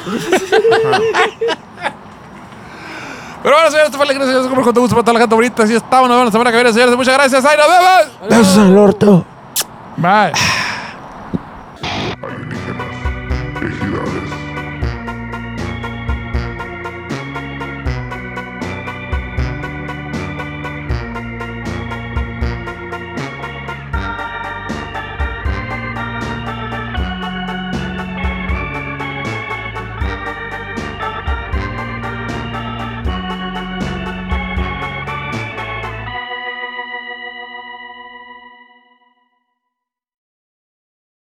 C: Pero bueno, señores, esto fue la gracia, señores, como con todo gusto para toda la gente bonita, así estamos, nos vemos la semana que viene, señores, muchas gracias, ahí nos vemos.
A: Besos en el orto.
C: Bye.
F: alienígenas, entidades,